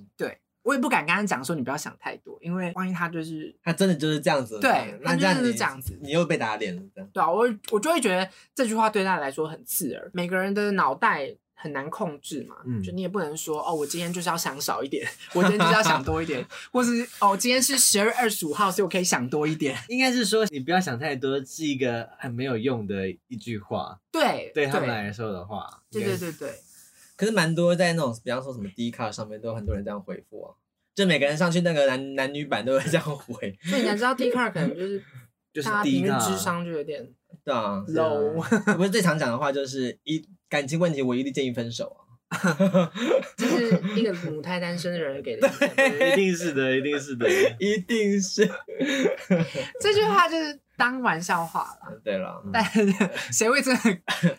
[SPEAKER 1] 我也不敢跟他讲说你不要想太多，因为万一他就是
[SPEAKER 3] 他真的就是这样子。
[SPEAKER 2] 啊
[SPEAKER 1] 对
[SPEAKER 3] 那
[SPEAKER 1] 他
[SPEAKER 3] 这样
[SPEAKER 1] 就是
[SPEAKER 3] 你
[SPEAKER 1] 这样子
[SPEAKER 3] 你又被打脸了，这样。
[SPEAKER 1] 对啊，我会我就会觉得这句话对他来说很刺耳。每个人的脑袋很难控制嘛，
[SPEAKER 2] 嗯
[SPEAKER 1] 就你也不能说哦，我今天就是要想少一点，我今天就是要想多一点，或是哦，今天是十二月二十五号，所以我可以想多一点。
[SPEAKER 2] 应该是说你不要想太多，是一个很没有用的一句话，
[SPEAKER 1] 对，对
[SPEAKER 2] 对他们来说的话，
[SPEAKER 1] 对
[SPEAKER 2] 应该
[SPEAKER 1] 对
[SPEAKER 2] 是
[SPEAKER 1] 对对，
[SPEAKER 3] 可是蛮多在那种，比方说什么 D 卡上面，都有很多人这样回复啊。就每个人上去那个男男女版都会这样回，
[SPEAKER 1] 所以你才知道 D 卡可能就是
[SPEAKER 2] 就是
[SPEAKER 1] 大家
[SPEAKER 2] 第一
[SPEAKER 1] 平均
[SPEAKER 2] 个
[SPEAKER 1] 智商就有点
[SPEAKER 3] 对啊，
[SPEAKER 2] 啊
[SPEAKER 1] low，
[SPEAKER 3] 我不是最常讲的话就是一感情问题，我一律建议分手啊。
[SPEAKER 1] 就是一个母胎单身的人给的意见。
[SPEAKER 2] 一定是的，一定是的。
[SPEAKER 3] 一定是。
[SPEAKER 1] 这句话就是当玩笑话了，
[SPEAKER 3] 对了，
[SPEAKER 1] 但是谁会真的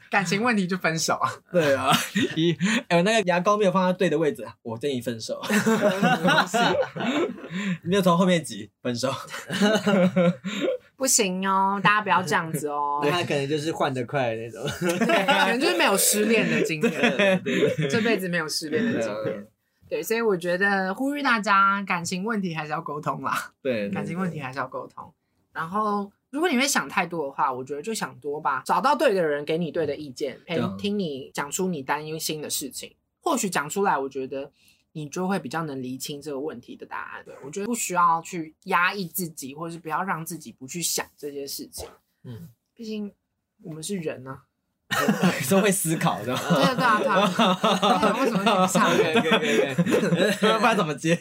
[SPEAKER 1] 感情问题就分手啊？
[SPEAKER 3] 对啊， 一哎、我那个牙膏没有放在对的位置，我建议分手。 没有从后面挤，分手。
[SPEAKER 1] 不行哦，大家不要这样子 哦。
[SPEAKER 2] 那他可能就是换得快的 那种。
[SPEAKER 1] 对，可能就是没有失恋的经验，
[SPEAKER 2] 对
[SPEAKER 1] 这辈子没有失恋的
[SPEAKER 3] 对
[SPEAKER 1] 经
[SPEAKER 3] 啊
[SPEAKER 1] 验。对，所以我觉得呼吁大家，感情问题还是要沟通啦，
[SPEAKER 3] 对，
[SPEAKER 1] 感情问题
[SPEAKER 3] 啊。
[SPEAKER 1] 还是要沟通。然后，如果你会想太多的话，我觉得就想多吧，找到对的人，给你对的意见，陪
[SPEAKER 3] 对啊
[SPEAKER 1] 听你讲出你担忧心的事情，或许讲出来，我觉得。你就会比较能厘清这个问题的答案。对我觉得不需要去压抑自己，或是不要让自己不去想这些事情。
[SPEAKER 2] 嗯，
[SPEAKER 1] 毕竟我们是人呐、
[SPEAKER 3] 是会思 考的。
[SPEAKER 1] 啊。对啊，对啊，对啊。对啊为什么停下
[SPEAKER 2] 可以可以可以可以，
[SPEAKER 3] 不知道怎么接。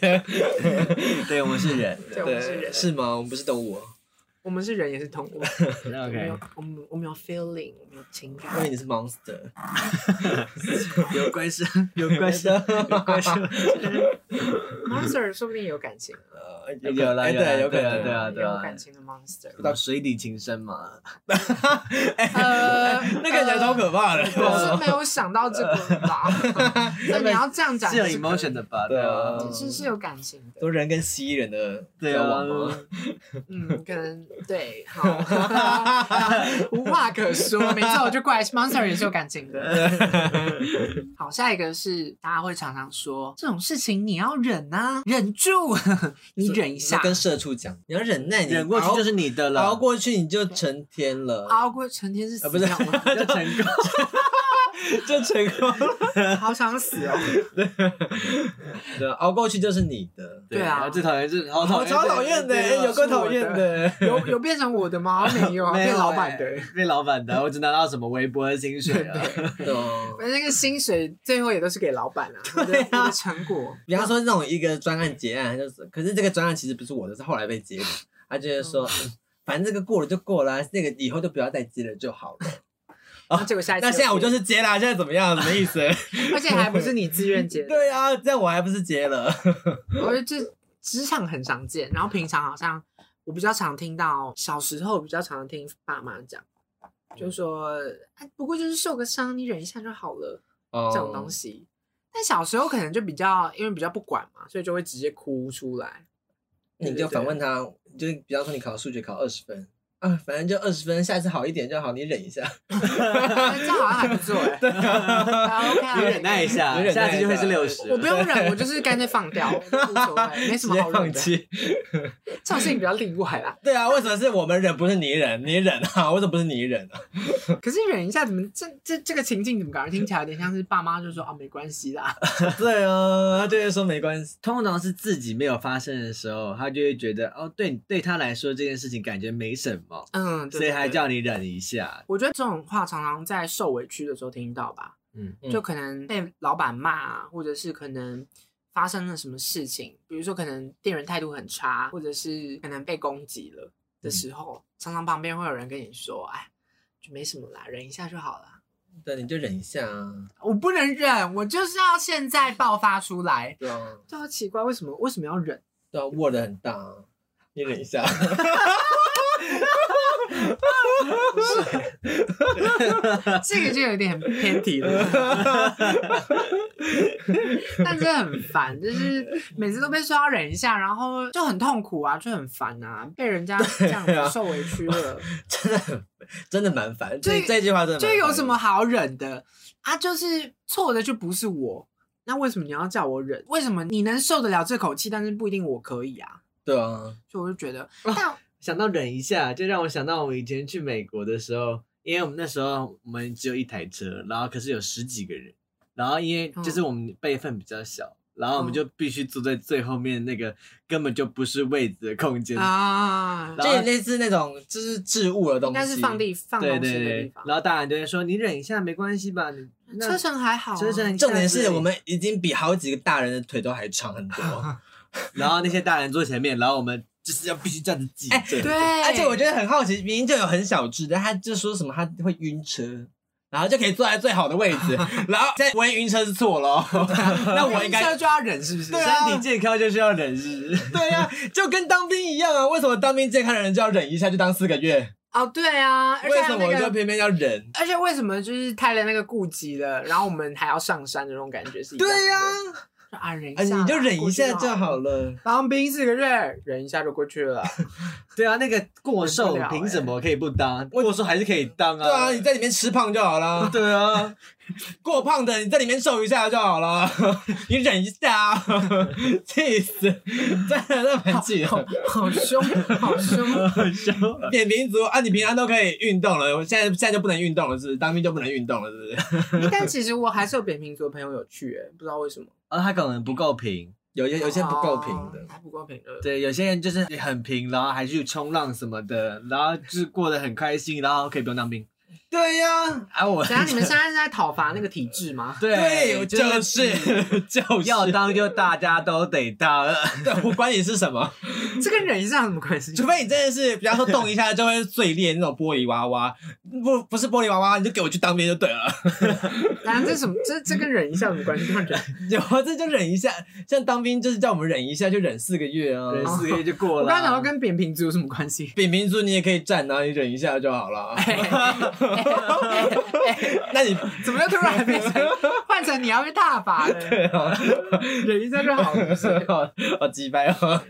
[SPEAKER 3] 对，我们是人，
[SPEAKER 1] 对我们是人
[SPEAKER 3] 是吗？我们不是动物哦，
[SPEAKER 1] 我们是人也是动物，我们
[SPEAKER 2] OK，
[SPEAKER 1] 有我们我们有 feeling，我们有情感
[SPEAKER 3] 因。为你是 monster。
[SPEAKER 2] 有关系，有关系，有关系，
[SPEAKER 1] Monster 说不定也有感情，
[SPEAKER 3] 呃
[SPEAKER 2] 有啦
[SPEAKER 3] 哎
[SPEAKER 2] 有啦
[SPEAKER 3] 对，有可
[SPEAKER 2] 对啊
[SPEAKER 3] 能，
[SPEAKER 2] 对啊
[SPEAKER 1] 也有感情的 Monster。
[SPEAKER 2] 到水底情深嘛，
[SPEAKER 1] 呃，
[SPEAKER 3] 那看起来超可怕的。
[SPEAKER 1] 我是没有想到这个吧？所以你要这样讲
[SPEAKER 2] 是有 emotion 的吧？
[SPEAKER 3] 对啊
[SPEAKER 2] 啊，
[SPEAKER 1] 是是有感情的。
[SPEAKER 3] 都人跟蜥蜴人的
[SPEAKER 2] 对
[SPEAKER 3] 交
[SPEAKER 2] 啊
[SPEAKER 3] 往吗，
[SPEAKER 1] 嗯，可能对，好，无话可说。每次我就怪 Monster 也是有感情的。好，下一个是大家会常常说这种事情你要忍啊，忍住， 你忍一
[SPEAKER 3] 你
[SPEAKER 1] 下，
[SPEAKER 3] 跟社畜讲，你要忍耐，你
[SPEAKER 2] 忍过去
[SPEAKER 3] 熬
[SPEAKER 2] 就是你的了，
[SPEAKER 3] 熬过去，你就成天了，
[SPEAKER 1] 熬哦过成天是
[SPEAKER 3] 啊
[SPEAKER 1] 死
[SPEAKER 3] 不是
[SPEAKER 1] 掉吗？
[SPEAKER 2] 就成功。
[SPEAKER 3] 就成功了。
[SPEAKER 1] 好想死哦！
[SPEAKER 3] 对，啊熬过去就是你的。
[SPEAKER 1] 对啊
[SPEAKER 2] 我最讨厌是好
[SPEAKER 3] 我
[SPEAKER 2] 讨厌，
[SPEAKER 3] 哦超讨厌的，
[SPEAKER 2] 对啊
[SPEAKER 3] 哎有够讨厌
[SPEAKER 1] 是我
[SPEAKER 3] 的。
[SPEAKER 1] 有有变成我的吗？没有啊，
[SPEAKER 2] 没有
[SPEAKER 1] 变老板的。
[SPEAKER 2] 欸，被老板的，我只拿到什么微薄的薪水啊。
[SPEAKER 3] 对啊
[SPEAKER 1] 反正那个薪水最后也都是给老 板啊，我的我的成果。
[SPEAKER 3] 比方说那种一个专案结案，就是可是这个专案其实不是我的，是后来被接的。他就是说，嗯 反正这个过了就过了啊，那个以后就不要再接了就好了。
[SPEAKER 1] 那结果下一次，
[SPEAKER 3] 那现在我就，是接啦，现在怎么样？什么意思？
[SPEAKER 1] 而且还不 是你自愿接的，
[SPEAKER 3] 对啊，这样我还不是接了？
[SPEAKER 1] 我觉得这职场很常见，然后平常好像我比较常听到，小时候比较常听爸妈讲，就说哎，不过就是受个伤，你忍一下就好了 这种东
[SPEAKER 3] 西，
[SPEAKER 1] 西。但小时候可能就比较，因为比较不管嘛，所以就会直接哭出 来。
[SPEAKER 3] 哦你就反问他，就是比方说你考数学考二十分啊，反正就二十分，下次好一点就好，你忍一下。
[SPEAKER 1] 哎这样好像还不错哎、对 ，OK，
[SPEAKER 2] 你忍耐一下
[SPEAKER 3] 你，忍啊
[SPEAKER 2] 下
[SPEAKER 3] 耐一下
[SPEAKER 2] 次就会是六十。
[SPEAKER 1] 我不用忍，我就是干脆放 掉，无所谓，没什么好
[SPEAKER 3] 直接
[SPEAKER 1] 忍
[SPEAKER 3] 放
[SPEAKER 1] 的。
[SPEAKER 3] 弃。
[SPEAKER 1] 这种事情比较例外啦。
[SPEAKER 3] 对啊，为什么是我们忍，不是你忍？你忍啊，为什么不是你忍啊？
[SPEAKER 1] 可是忍一下，怎么这这这个情境怎么感觉听起来有点像是爸妈就说啊没关系 啦，
[SPEAKER 3] 对啊，他就会说没关系。
[SPEAKER 2] 通常是自己没有发生的时候，他就会觉得哦，对，对他来说这件事情感觉没什么，
[SPEAKER 1] 嗯，对
[SPEAKER 2] 所以还。
[SPEAKER 1] 对对
[SPEAKER 2] 叫你忍一下。
[SPEAKER 1] 我觉得这种话常常在受委屈的时候听到吧，
[SPEAKER 2] 嗯，
[SPEAKER 3] 嗯
[SPEAKER 1] 就可能被老板骂啊，或者是可能发生了什么事情，比如说可能店员态度很差，或者是可能被攻击了
[SPEAKER 3] 嗯
[SPEAKER 1] 的时候，常常旁边会有人跟你说，哎，就没什么啦，忍一下就好了。
[SPEAKER 3] 对，你就忍一下啊。
[SPEAKER 1] 我不能忍，我就是要现在爆发出来。
[SPEAKER 3] 对啊，
[SPEAKER 1] 对啊，奇怪，为什么为什么要忍？
[SPEAKER 3] 对啊，word 很大啊，你忍一下。
[SPEAKER 1] 这个就有点偏题了，但真的很烦，就是每次都被说要忍一下，然后就很痛苦啊，就很烦啊，被人家这样
[SPEAKER 3] 对啊
[SPEAKER 1] 子受委屈了，
[SPEAKER 3] 真的很， 真的蛮烦。
[SPEAKER 1] 这
[SPEAKER 3] 这这句话真的
[SPEAKER 1] 就
[SPEAKER 3] 蛮
[SPEAKER 1] 有
[SPEAKER 3] 烦
[SPEAKER 1] 什么好忍的啊？就是错的就不是我，那为什么你要叫我忍？为什么你能受得了这口气，但是不一定我可以啊？
[SPEAKER 3] 对啊，
[SPEAKER 1] 所以我就觉得，但
[SPEAKER 2] 想到忍一下，就让我想到我以前去美国的时候，因为我们那时候我们只有一台车，然后可是有十几个人，然后因为就是我们辈分比较小，然后我们就必须坐在最后面那个根本就不是位置的空间，
[SPEAKER 1] 啊，
[SPEAKER 2] 然
[SPEAKER 3] 这
[SPEAKER 2] 后
[SPEAKER 3] 也类似那种就是置物的东
[SPEAKER 1] 应
[SPEAKER 3] 西，
[SPEAKER 1] 该是放地放
[SPEAKER 2] 对
[SPEAKER 1] 东
[SPEAKER 2] 对
[SPEAKER 1] 西的地
[SPEAKER 2] 对
[SPEAKER 1] 方，。
[SPEAKER 2] 然后大人就会说你忍一下没关系吧，你那
[SPEAKER 1] 车程还好啊，
[SPEAKER 2] 车程
[SPEAKER 3] 重点是我们已经比好几个大人的腿都还长很 多，
[SPEAKER 2] 然后那些大人坐前面，然后我们就是要必须这样子挤 着。
[SPEAKER 1] 哎对，
[SPEAKER 3] 哎而且我觉得很好奇，明明就有很小只，但他就说什么他会晕车。然后就可以坐在最好的 位置，然后现在我也晕车是错了哦，那我应
[SPEAKER 1] 晕
[SPEAKER 3] 该
[SPEAKER 1] 车就要忍，是不是？
[SPEAKER 3] 对啊
[SPEAKER 2] 身体健康就是要忍 日，
[SPEAKER 3] 对呀、就跟当兵一样啊。为什么当兵健康的人就要忍一下，就当四个月？
[SPEAKER 1] 哦，对啊，而且
[SPEAKER 3] 为
[SPEAKER 1] 还
[SPEAKER 3] 什
[SPEAKER 1] 有
[SPEAKER 3] 么
[SPEAKER 1] 那
[SPEAKER 3] 就
[SPEAKER 1] 个，
[SPEAKER 3] 偏偏要忍？
[SPEAKER 1] 而且为什么就是开了那个顾及了，然后我们还要上山的那种感觉是一样的
[SPEAKER 3] 对呀、
[SPEAKER 1] 就啊，忍一
[SPEAKER 3] 啊，
[SPEAKER 1] 下啦，
[SPEAKER 3] 你就忍一
[SPEAKER 1] 过去
[SPEAKER 3] 下就
[SPEAKER 1] 好
[SPEAKER 3] 好
[SPEAKER 1] 了。
[SPEAKER 3] 了。
[SPEAKER 1] 当兵四个月，忍一下就过去了。
[SPEAKER 2] 对啊，那个过
[SPEAKER 1] 忍
[SPEAKER 2] 瘦
[SPEAKER 1] 不了欸
[SPEAKER 2] 凭什么可以不当？过瘦还是可以当啊。
[SPEAKER 3] 哎对啊，你在里面吃胖就好了。
[SPEAKER 2] 对啊，
[SPEAKER 3] 过胖的你在里面瘦一下就好 了，你忍一下 啊！气死，真的那蛮气的。
[SPEAKER 1] 好凶，好凶！
[SPEAKER 3] 扁平足啊，你平常都可以运动了，我现在现在就不能运动了，是不是？当兵就不能运动了，是不是？
[SPEAKER 1] 但其实我还是有扁平足的朋友有去、欸，不知道为什么。
[SPEAKER 2] 哦然后他可能不够平，
[SPEAKER 3] 有些有些不够平的
[SPEAKER 1] 哦，还不够平的，
[SPEAKER 2] 对，有些人就是很平，然后还去冲浪什么的，然后就是过得很开心，然后可以不用当兵。
[SPEAKER 3] 对呀，
[SPEAKER 2] 啊，我
[SPEAKER 1] 等一下你们现在是在讨伐那个体制吗？
[SPEAKER 2] 对，
[SPEAKER 3] 就是是就是
[SPEAKER 2] 要当就大家都得当，啊
[SPEAKER 3] 对，我管你是什 么，
[SPEAKER 1] 这跟忍一下有什么关系？
[SPEAKER 3] 除非你真的是，比方说动一下就会碎裂那种玻璃娃娃，不不是玻璃娃娃，你就给我去当兵就对了。
[SPEAKER 1] 当然，这什么？这这跟忍一下有什么关系？突 然觉得，
[SPEAKER 3] 有啊，这就忍一下，像当兵就是叫我们忍一下，就忍四个月啊。
[SPEAKER 2] 对，四个月就过
[SPEAKER 1] 我
[SPEAKER 2] 了。
[SPEAKER 1] 刚刚想到跟扁平足有什么关 系？
[SPEAKER 3] 扁平足你也可以站啊，你忍一下就好了。啊
[SPEAKER 1] 哎
[SPEAKER 3] 那你
[SPEAKER 1] 怎么又突然变成换成你要被大罚 了？
[SPEAKER 3] 对啊，
[SPEAKER 1] 忍一下就好了， 是不是
[SPEAKER 3] 好好鸡掰哦。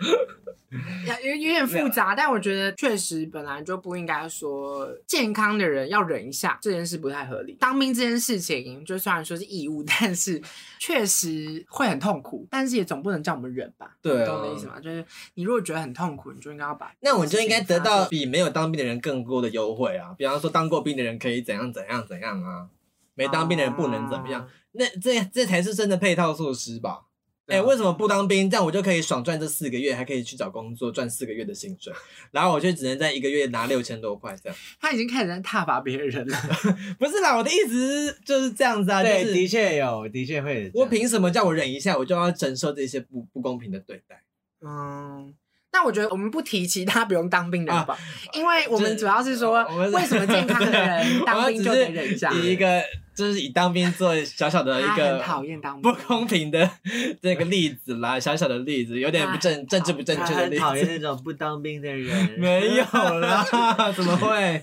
[SPEAKER 1] 有有点复杂，但我觉得确实本来就不应该说健康的人要忍一下，这件事不太合理。当兵这件事情，就虽然说是义务，但是确实会很痛苦，但是也总不能叫我们忍吧？
[SPEAKER 3] 对啊
[SPEAKER 1] 懂我的意思吗？就是你如果觉得很痛苦，你就应该要把
[SPEAKER 3] 那我就应该得到比没有当兵的人更多的优惠啊，比方说当过兵的人可以怎样怎样怎样啊，没当兵的人不能怎么样。
[SPEAKER 1] 啊
[SPEAKER 3] 那这这才是真的配套措施吧？哎、
[SPEAKER 2] 对啊
[SPEAKER 3] 为什么不当兵？这样我就可以爽赚这四个月，还可以去找工作赚四个月的薪水，然后我就只能在一个月拿六千多块这样。
[SPEAKER 1] 他已经开始在挞伐别人了。
[SPEAKER 3] 不是啦，我的意思是就是这样子啊，就
[SPEAKER 2] 对，
[SPEAKER 3] 是
[SPEAKER 2] 的确有，的确会有这样。
[SPEAKER 3] 我凭什么叫我忍一下，我就要承受这些不不公平的对待？
[SPEAKER 1] 嗯，那我觉得我们不提其他不用当兵的
[SPEAKER 3] 啊
[SPEAKER 1] 人吧，因为我们
[SPEAKER 3] 这
[SPEAKER 1] 主要是说
[SPEAKER 3] 我们是
[SPEAKER 1] 为什么健康的 人当兵就得忍一下
[SPEAKER 3] 我，只是以一个就是以当兵做小小
[SPEAKER 2] 啊
[SPEAKER 3] 的一
[SPEAKER 1] 他
[SPEAKER 3] 个
[SPEAKER 1] 很讨厌当
[SPEAKER 3] 不
[SPEAKER 1] 兵。
[SPEAKER 3] 公平的这个例子啦， 小小的例子，有点不正政治不正
[SPEAKER 2] 他
[SPEAKER 3] 确的例
[SPEAKER 2] 啊很讨厌
[SPEAKER 3] 子。
[SPEAKER 2] 那种不当兵的人。
[SPEAKER 3] 没有啦， 怎么会？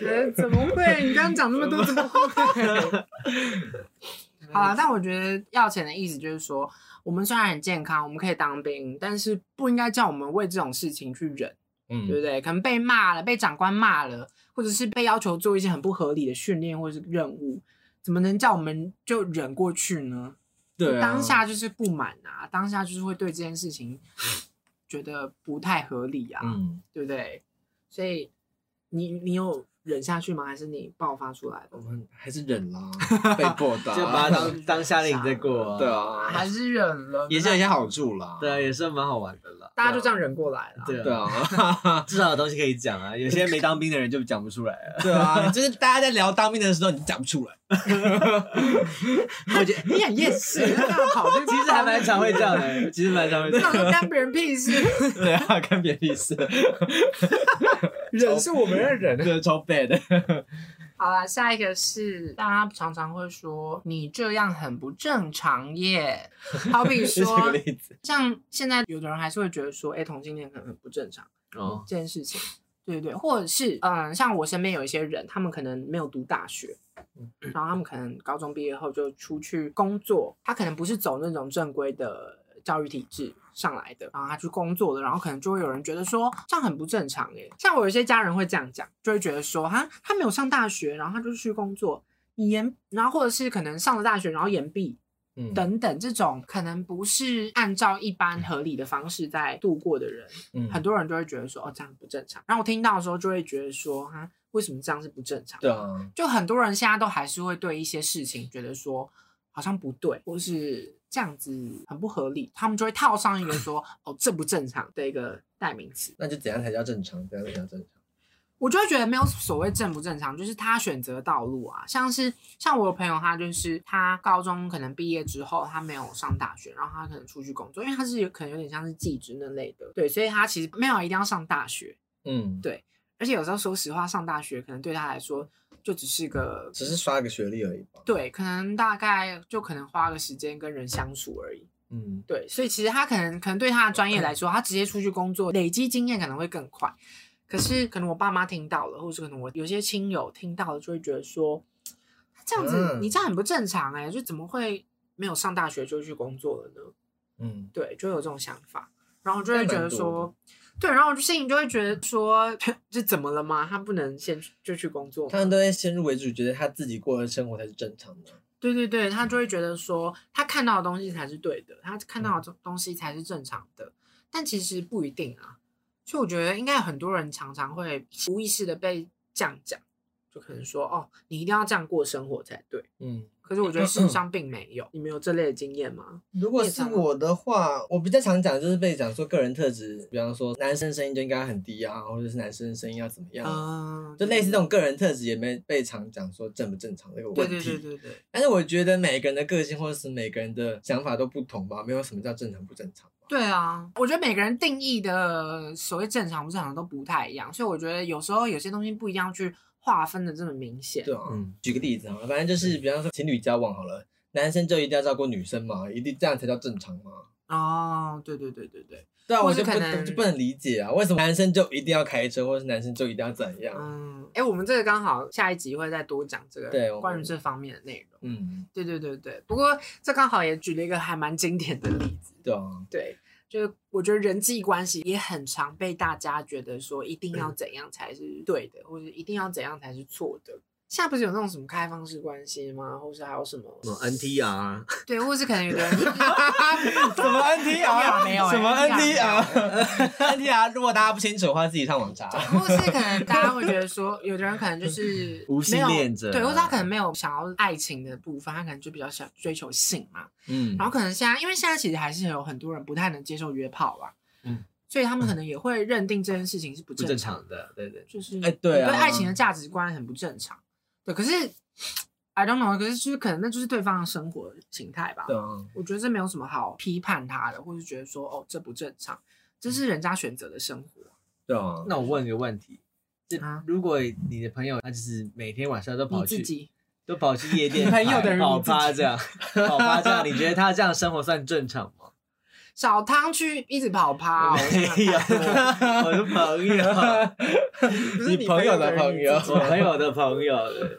[SPEAKER 1] 呃，怎么会？你刚刚讲那么多，怎么会？ 好啦，但我觉得要钱的意思就是说，我们虽然很健康，我们可以当兵，但是不应该叫我们为这种事情去忍，对不
[SPEAKER 3] 嗯，
[SPEAKER 1] 对？可能被骂了，被长官骂了，或者是被要求做一些很不合理的训练或是任务，怎么能叫我们就忍过去呢？
[SPEAKER 3] 对啊，
[SPEAKER 1] 当下就是不满啊，当下就是会对这件事情觉得不太合理啊，
[SPEAKER 3] 嗯，
[SPEAKER 1] 对不对？所以你你有忍下去吗？还是你爆发出来
[SPEAKER 3] 我
[SPEAKER 1] 的？
[SPEAKER 3] 们还是忍 啦，被迫的啊，
[SPEAKER 2] 就把它 当当夏令营在过、
[SPEAKER 3] 对
[SPEAKER 2] 啊，
[SPEAKER 3] 啊，
[SPEAKER 1] 还是忍了，
[SPEAKER 3] 也是有一些好处啦。
[SPEAKER 2] 对啊，也是蛮好玩的啦。
[SPEAKER 1] 大家就这样忍过来了。
[SPEAKER 2] 啊对
[SPEAKER 3] 对
[SPEAKER 2] 啊，
[SPEAKER 3] 啊，
[SPEAKER 2] 至少有东西可以讲啊。有些没当兵的人就讲不出来 了。
[SPEAKER 3] 对啊，就是大家在聊当兵的时候，你讲不出来。
[SPEAKER 1] 我觉得你很厌世， 那样跑就
[SPEAKER 2] 其实还蛮常会这样的，其实蛮常会这
[SPEAKER 1] 那
[SPEAKER 2] 样。
[SPEAKER 1] 我干别人屁 事，
[SPEAKER 3] 对啊，看别的意思，
[SPEAKER 1] 忍是我们要忍。
[SPEAKER 3] 对，超 bad。
[SPEAKER 1] 好啦，下一个是大家常常会说你这样很不正常耶，好比
[SPEAKER 3] 这 是
[SPEAKER 1] 说
[SPEAKER 3] 个例子。
[SPEAKER 1] 像现在有的人还是会觉得说，哎、同性恋可能很不正常
[SPEAKER 2] 哦，
[SPEAKER 1] 这件事情，对对，或者是嗯，像我身边有一些人，他们可能没有读大学，然后他们可能高中毕业后就出去工作，他可能不是走那种正规的教育体制。上来的，然后他去工作了，然后可能就会有人觉得说这样很不正常耶。像我有一些家人会这样讲，就会觉得说哈，他没有上大学，然后他就去工作，你延，然后或者是可能上了大学然后延毕，
[SPEAKER 3] 嗯，
[SPEAKER 1] 等等，这种可能不是按照一般合理的方式在度过的人，
[SPEAKER 3] 嗯
[SPEAKER 1] 很多人就会觉得说，哦，这样不正常。然后我听到的时候就会觉得说，哈，为什么这样是不正常？
[SPEAKER 3] 对，啊，
[SPEAKER 1] 就很多人现在都还是会对一些事情觉得说，好像不对，或是这样子很不合理，他们就会套上一个说，哦，这不正常的一个代名词。
[SPEAKER 3] 那就怎样才叫正常？怎样才叫正常？
[SPEAKER 1] 我就会觉得没有所谓正不正常，就是他选择的道路啊，像是像我有朋友，他就是他高中可能毕业之后，他没有上大学，然后他可能出去工作，因为他是有可能有点像是技职那类的，对，所以他其实没有一定要上大学，
[SPEAKER 3] 嗯，
[SPEAKER 1] 对而且有时候说实话，上大学可能对他来说就只是个
[SPEAKER 3] 只是刷个学历而已吧。
[SPEAKER 1] 对，可能大概就可能花个时间跟人相处而已，
[SPEAKER 3] 嗯，
[SPEAKER 1] 对，所以其实他可能可能对他的专业来说，他直接出去工作，累积经验可能会更快。可是可能我爸妈听到了，或者可能我有些亲友听到了，就会觉得说，这样子
[SPEAKER 3] 嗯
[SPEAKER 1] 你这样很不正常哎、就怎么会没有上大学就去工作了呢？
[SPEAKER 3] 嗯，
[SPEAKER 1] 对，就会有这种想法，然后就会觉
[SPEAKER 3] 这蛮
[SPEAKER 1] 得
[SPEAKER 3] 多
[SPEAKER 1] 说，对，然后我就心里就会觉得说， 这怎么了吗？他不能先去就去工作吗？
[SPEAKER 3] 他们都会先入为主，觉得他自己过的生活才是正常的。啊
[SPEAKER 1] 对对对，他
[SPEAKER 3] 嗯
[SPEAKER 1] 就会觉得说，他看到的东西才是对的，他看到的东东西才是正常的，但其实不一定啊。所以我觉得应该有很多人常常会无意识的被这样讲，就可能说，哦，你一定要这样过生活才对，
[SPEAKER 3] 嗯，
[SPEAKER 1] 可是我觉得事实上并没有。你们有这类的经验吗？
[SPEAKER 3] 如果是我的话，我比较常讲就是被讲说个人特质，比方说男生声音就应该很低啊，或者是男生声音要怎么样啊，
[SPEAKER 1] 啊，
[SPEAKER 3] 就类似这种个人特质也没被常讲说正不正常这个
[SPEAKER 1] 对
[SPEAKER 3] 问
[SPEAKER 1] 对
[SPEAKER 3] 题。
[SPEAKER 1] 对对对
[SPEAKER 3] 但是我觉得每个人的个性或者是每个人的想法都不同吧，没有什么叫正常不正常吧。
[SPEAKER 1] 对啊！我觉得每个人定义的所谓正常不正常都不太一样，所以我觉得有时候有些东西不一样去划分的这么明显。
[SPEAKER 3] 对啊，
[SPEAKER 2] 嗯
[SPEAKER 3] 举个例子好了，反正就是比方说情侣交往好了，男生就一定要照顾女生嘛，一定这样才叫正常嘛。
[SPEAKER 1] 哦，对对对对对，
[SPEAKER 3] 对啊，
[SPEAKER 1] 或
[SPEAKER 3] 我
[SPEAKER 1] 是
[SPEAKER 3] 就不
[SPEAKER 1] 可能
[SPEAKER 3] 就不能理解啊，为什么男生就一定要开车，或者是男生就一定要怎样？
[SPEAKER 1] 嗯，哎，我们这个刚好下一集会再多讲这
[SPEAKER 3] 对我
[SPEAKER 1] 个
[SPEAKER 3] 们
[SPEAKER 1] 关于这方面的内容。
[SPEAKER 3] 嗯，
[SPEAKER 1] 对对对对，不过这刚好也举了一个还蛮经典的例子，
[SPEAKER 3] 对啊，
[SPEAKER 1] 对，就是我觉得人际关系也很常被大家觉得说一定
[SPEAKER 3] 嗯
[SPEAKER 1] 要怎样才是对的，或者一定要怎样才是错的。现在不是有那种什么开放式关系吗？或是还有什么
[SPEAKER 3] 嗯
[SPEAKER 2] 什么 NTR，
[SPEAKER 1] 对，或是可能有的 人 就是
[SPEAKER 3] 什么 NTR？
[SPEAKER 1] 没有欸
[SPEAKER 3] 什么
[SPEAKER 1] 没有
[SPEAKER 3] NTR？NTR？如果啊大家不清楚的话，自己上网查。
[SPEAKER 1] 或是可能大家会觉得说，有的人可能就是
[SPEAKER 2] 无性
[SPEAKER 1] 没有
[SPEAKER 2] 恋者
[SPEAKER 1] 对，或者他可能没有想要爱情的部分，他可能就比较想追求性嘛。
[SPEAKER 3] 嗯
[SPEAKER 1] 然后可能现在，因为现在其实还是有很多人不太能接受约炮啦，
[SPEAKER 2] 嗯，
[SPEAKER 1] 所以他们可能也会认定这件事情是不
[SPEAKER 2] 不
[SPEAKER 1] 正
[SPEAKER 2] 正
[SPEAKER 1] 常的
[SPEAKER 2] 常的，对对。
[SPEAKER 1] 就是
[SPEAKER 3] 哎对啊
[SPEAKER 1] 你对爱情的价值观很不正常。对，可是 I don't know，可是就是可能那就是对方的生活形态吧。
[SPEAKER 3] 对啊，
[SPEAKER 1] 我觉得这没有什么好批判他的，或是觉得说哦这不正常，这是人家选择的生活。
[SPEAKER 3] 对啊，
[SPEAKER 2] 那我问一个问题，就
[SPEAKER 1] 啊
[SPEAKER 2] 如果你的朋友他就是每天晚上都
[SPEAKER 1] 你
[SPEAKER 2] 跑
[SPEAKER 1] 自
[SPEAKER 2] 去
[SPEAKER 1] 己
[SPEAKER 2] 都跑去夜店
[SPEAKER 1] 朋
[SPEAKER 2] 跑，
[SPEAKER 1] 友等于
[SPEAKER 2] 跑
[SPEAKER 1] 你自
[SPEAKER 2] 趴
[SPEAKER 1] 己
[SPEAKER 2] 这样，跑趴这样，你觉得他这样生活算正常吗？
[SPEAKER 1] 小汤去一直跑趴、 哦，
[SPEAKER 2] 没有，我的朋友，
[SPEAKER 1] 不是
[SPEAKER 3] 你朋友的朋友
[SPEAKER 1] 你自己
[SPEAKER 2] 我朋友的朋友，对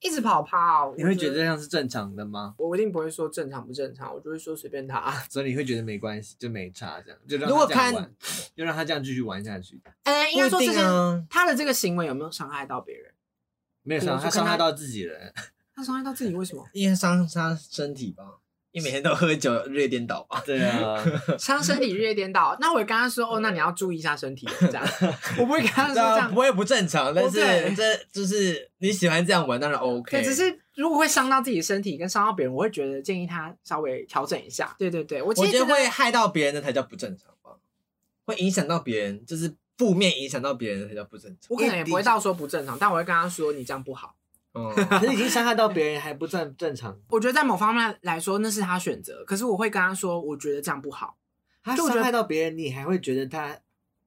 [SPEAKER 1] 一直跑趴、 哦，
[SPEAKER 2] 你会觉
[SPEAKER 1] 我
[SPEAKER 2] 得这样是正常的吗？
[SPEAKER 1] 我一定不会说正常不正常，我就会说随便他。
[SPEAKER 2] 所以你会觉得没关系，就没差这样，就让
[SPEAKER 3] 如果
[SPEAKER 2] 他这样
[SPEAKER 3] 看
[SPEAKER 2] 玩，就让他这样继续玩下去，
[SPEAKER 1] 哎、应该说
[SPEAKER 3] 不一
[SPEAKER 1] 这
[SPEAKER 3] 定
[SPEAKER 1] 件、
[SPEAKER 3] 啊
[SPEAKER 1] 他的这个行为有没有伤害到别人？
[SPEAKER 2] 没有
[SPEAKER 1] 对
[SPEAKER 2] 伤
[SPEAKER 1] 就
[SPEAKER 2] 害，他
[SPEAKER 1] 看
[SPEAKER 2] 伤
[SPEAKER 1] 他
[SPEAKER 2] 害到自己人，
[SPEAKER 1] 他伤害到自己为什么？
[SPEAKER 3] 因为伤伤身体吧，因为每天都喝酒，日夜颠倒吧。
[SPEAKER 2] 对啊，
[SPEAKER 1] 伤身体日夜颠倒，那我也跟他说哦，那你要注意一下身体，这样，我不会跟他说
[SPEAKER 3] 对
[SPEAKER 1] 这
[SPEAKER 3] 啊，
[SPEAKER 1] 样 哦
[SPEAKER 3] 不。会不正常，但
[SPEAKER 1] 对
[SPEAKER 3] 是这就是你喜欢这样玩，当然 OK。
[SPEAKER 1] 对，只是如果会伤到自己身体跟伤到别人，我会觉得建议他稍微调整一下。对对对，我其
[SPEAKER 3] 我
[SPEAKER 1] 实
[SPEAKER 3] 觉
[SPEAKER 1] 觉
[SPEAKER 3] 得
[SPEAKER 1] 得
[SPEAKER 3] 会害到别人的才叫不正常吧，会影响到别人，就是负面影响到别人的才叫不正常。
[SPEAKER 1] 我可能也不会到说不正常，但我会跟他说你这样不好。
[SPEAKER 3] 哦，
[SPEAKER 2] 可是已经伤害到别人还不算正常，
[SPEAKER 1] 我觉得在某方面来说那是他选择，可是我会跟他说我觉得这样不好，
[SPEAKER 2] 他
[SPEAKER 1] 就我觉
[SPEAKER 2] 伤
[SPEAKER 1] 得
[SPEAKER 2] 害到别人，你还会觉得他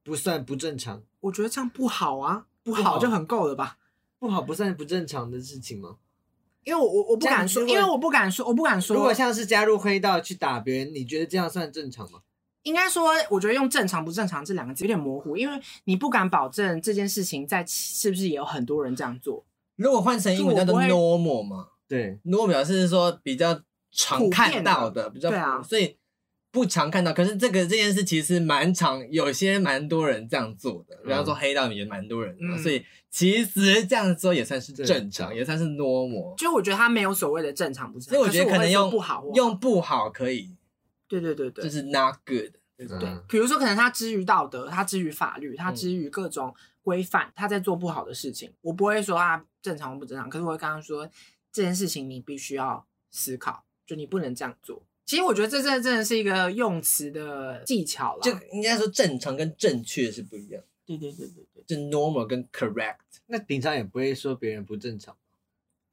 [SPEAKER 2] 不算不正常，
[SPEAKER 1] 我觉得这样不好啊，不
[SPEAKER 2] 不
[SPEAKER 1] 好
[SPEAKER 2] 好
[SPEAKER 1] 就很够了吧。
[SPEAKER 2] 不好不算不正常的事情吗？
[SPEAKER 1] 因为我我我不敢说，
[SPEAKER 2] 这
[SPEAKER 1] 因
[SPEAKER 2] 样如果
[SPEAKER 1] 为我不敢说，我不敢说。
[SPEAKER 2] 如果像是加入黑道去打别人，你觉得这样算正常吗？
[SPEAKER 1] 应该说，我觉得用“正常”不正常这两个字有点模糊，因为你不敢保证这件事情在是不是也有很多人这样做。
[SPEAKER 3] 如果换成英文叫
[SPEAKER 1] 就
[SPEAKER 3] 做
[SPEAKER 1] 我不会
[SPEAKER 3] normal 嘛
[SPEAKER 2] 对，
[SPEAKER 3] ，normal 表示说比较常看到的，比较
[SPEAKER 1] 对啊
[SPEAKER 3] 所以不常看到。可是这个这件事其实蛮常，有些蛮多人这样做的，比方说黑道也蛮多人的嘛，
[SPEAKER 1] 嗯
[SPEAKER 3] 所以其实这样做也算是
[SPEAKER 2] 对
[SPEAKER 3] 正常，也算是 normal。
[SPEAKER 1] 就我觉得他没有所谓的正常不正常，
[SPEAKER 3] 所以我觉得
[SPEAKER 1] 是
[SPEAKER 3] 可能
[SPEAKER 1] 会说
[SPEAKER 3] 用
[SPEAKER 1] 不好或好，
[SPEAKER 3] 用不好可以，
[SPEAKER 1] 对对对对
[SPEAKER 3] 就，是 not good。
[SPEAKER 2] 啊
[SPEAKER 1] 对，
[SPEAKER 2] 嗯
[SPEAKER 1] 比如说可能他之于道德，他之于法律，他之于各种规范，他在做不好的事情，我不会说啊正常或不正常，可是我会跟他说这件事情你必须要思考，就你不能这样做。其实我觉得这真的真的是一个用词的技巧了，
[SPEAKER 3] 就应该说正常跟正确是不一样，
[SPEAKER 1] 对对对对对，
[SPEAKER 3] 就 normal 跟 correct。
[SPEAKER 2] 那平常也不会说别人不正常，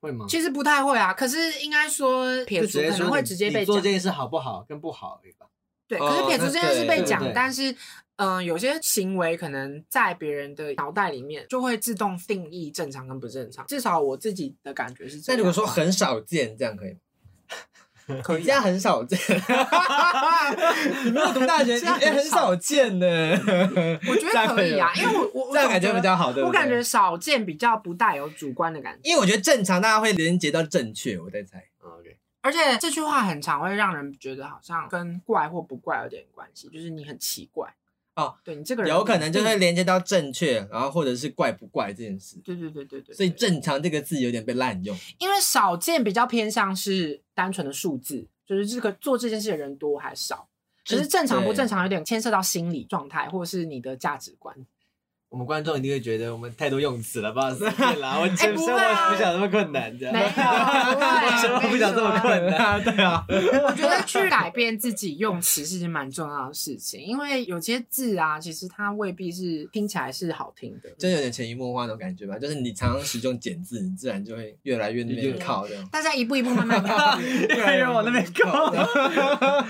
[SPEAKER 2] 会吗？
[SPEAKER 1] 其实不太会啊，可是应该说
[SPEAKER 2] 就
[SPEAKER 1] 撇
[SPEAKER 2] 直
[SPEAKER 1] 除
[SPEAKER 2] 接
[SPEAKER 1] 可
[SPEAKER 2] 说
[SPEAKER 1] 能会
[SPEAKER 2] 你
[SPEAKER 1] 直接
[SPEAKER 2] 你
[SPEAKER 1] 被
[SPEAKER 2] 做
[SPEAKER 1] 讲
[SPEAKER 2] 这，件事好不好跟不好而已吧。
[SPEAKER 1] 对，
[SPEAKER 3] 哦
[SPEAKER 1] 可是撇除这件事
[SPEAKER 3] 那对
[SPEAKER 1] 被
[SPEAKER 2] 对
[SPEAKER 1] 讲
[SPEAKER 2] 对，
[SPEAKER 1] 但是。嗯，有些行为可能在别人的脑袋里面就会自动定义正常跟不正常，至少我自己的感觉是这样。
[SPEAKER 3] 那如果说很少见，这样可以 吗？
[SPEAKER 1] 可以
[SPEAKER 3] 你
[SPEAKER 1] 啊
[SPEAKER 3] 这样很少见，你没有读 大学，
[SPEAKER 1] 这样很
[SPEAKER 3] 也很少见呢。
[SPEAKER 1] 我觉
[SPEAKER 3] 这样
[SPEAKER 1] 得可以啊，
[SPEAKER 3] 吗
[SPEAKER 1] 因为我 我我
[SPEAKER 3] 这样
[SPEAKER 1] 总
[SPEAKER 3] 感觉比较好，对不
[SPEAKER 1] 我
[SPEAKER 3] 对
[SPEAKER 1] 感觉，少见比较不带有主观的感觉，
[SPEAKER 3] 因为我觉得正常大家会连接到正确，我在猜。
[SPEAKER 2] OK，
[SPEAKER 1] 而且这句话很常会让人觉得好像跟怪或不怪有点关系，就是你很奇怪
[SPEAKER 3] 哦，
[SPEAKER 1] 对你这个人
[SPEAKER 3] 有可能就会连接到正确，然后或者是怪不怪这件事。
[SPEAKER 1] 对对对对对，对
[SPEAKER 3] 所以“正常”这个字有点被滥用。
[SPEAKER 1] 因为少见比较偏向是单纯的数字，就是这个做这件事的人多还少。可是正常不
[SPEAKER 3] 对
[SPEAKER 1] 正常有点牵涉到心理状态，或者是你的价值观。
[SPEAKER 2] 我们观众一定会觉得我们太多用词了吧？随便 啦，我生
[SPEAKER 1] 不
[SPEAKER 2] 活
[SPEAKER 1] 会啊
[SPEAKER 2] 哎不想那么困难这样。
[SPEAKER 4] 没有不会
[SPEAKER 2] 我 生活不啊想这么困难，对啊。
[SPEAKER 1] 我觉得去改变自己用词是一件蛮重要的事情，因为有些字啊，其实它未必是听起来是好听的。
[SPEAKER 3] 真的有点潜移默化那种感觉吧，就是你常常使用简字，你自然就会越来越那边靠这 样。
[SPEAKER 1] 大家一步一步慢慢
[SPEAKER 2] 啊
[SPEAKER 1] 看，
[SPEAKER 2] 越来越往那边 靠，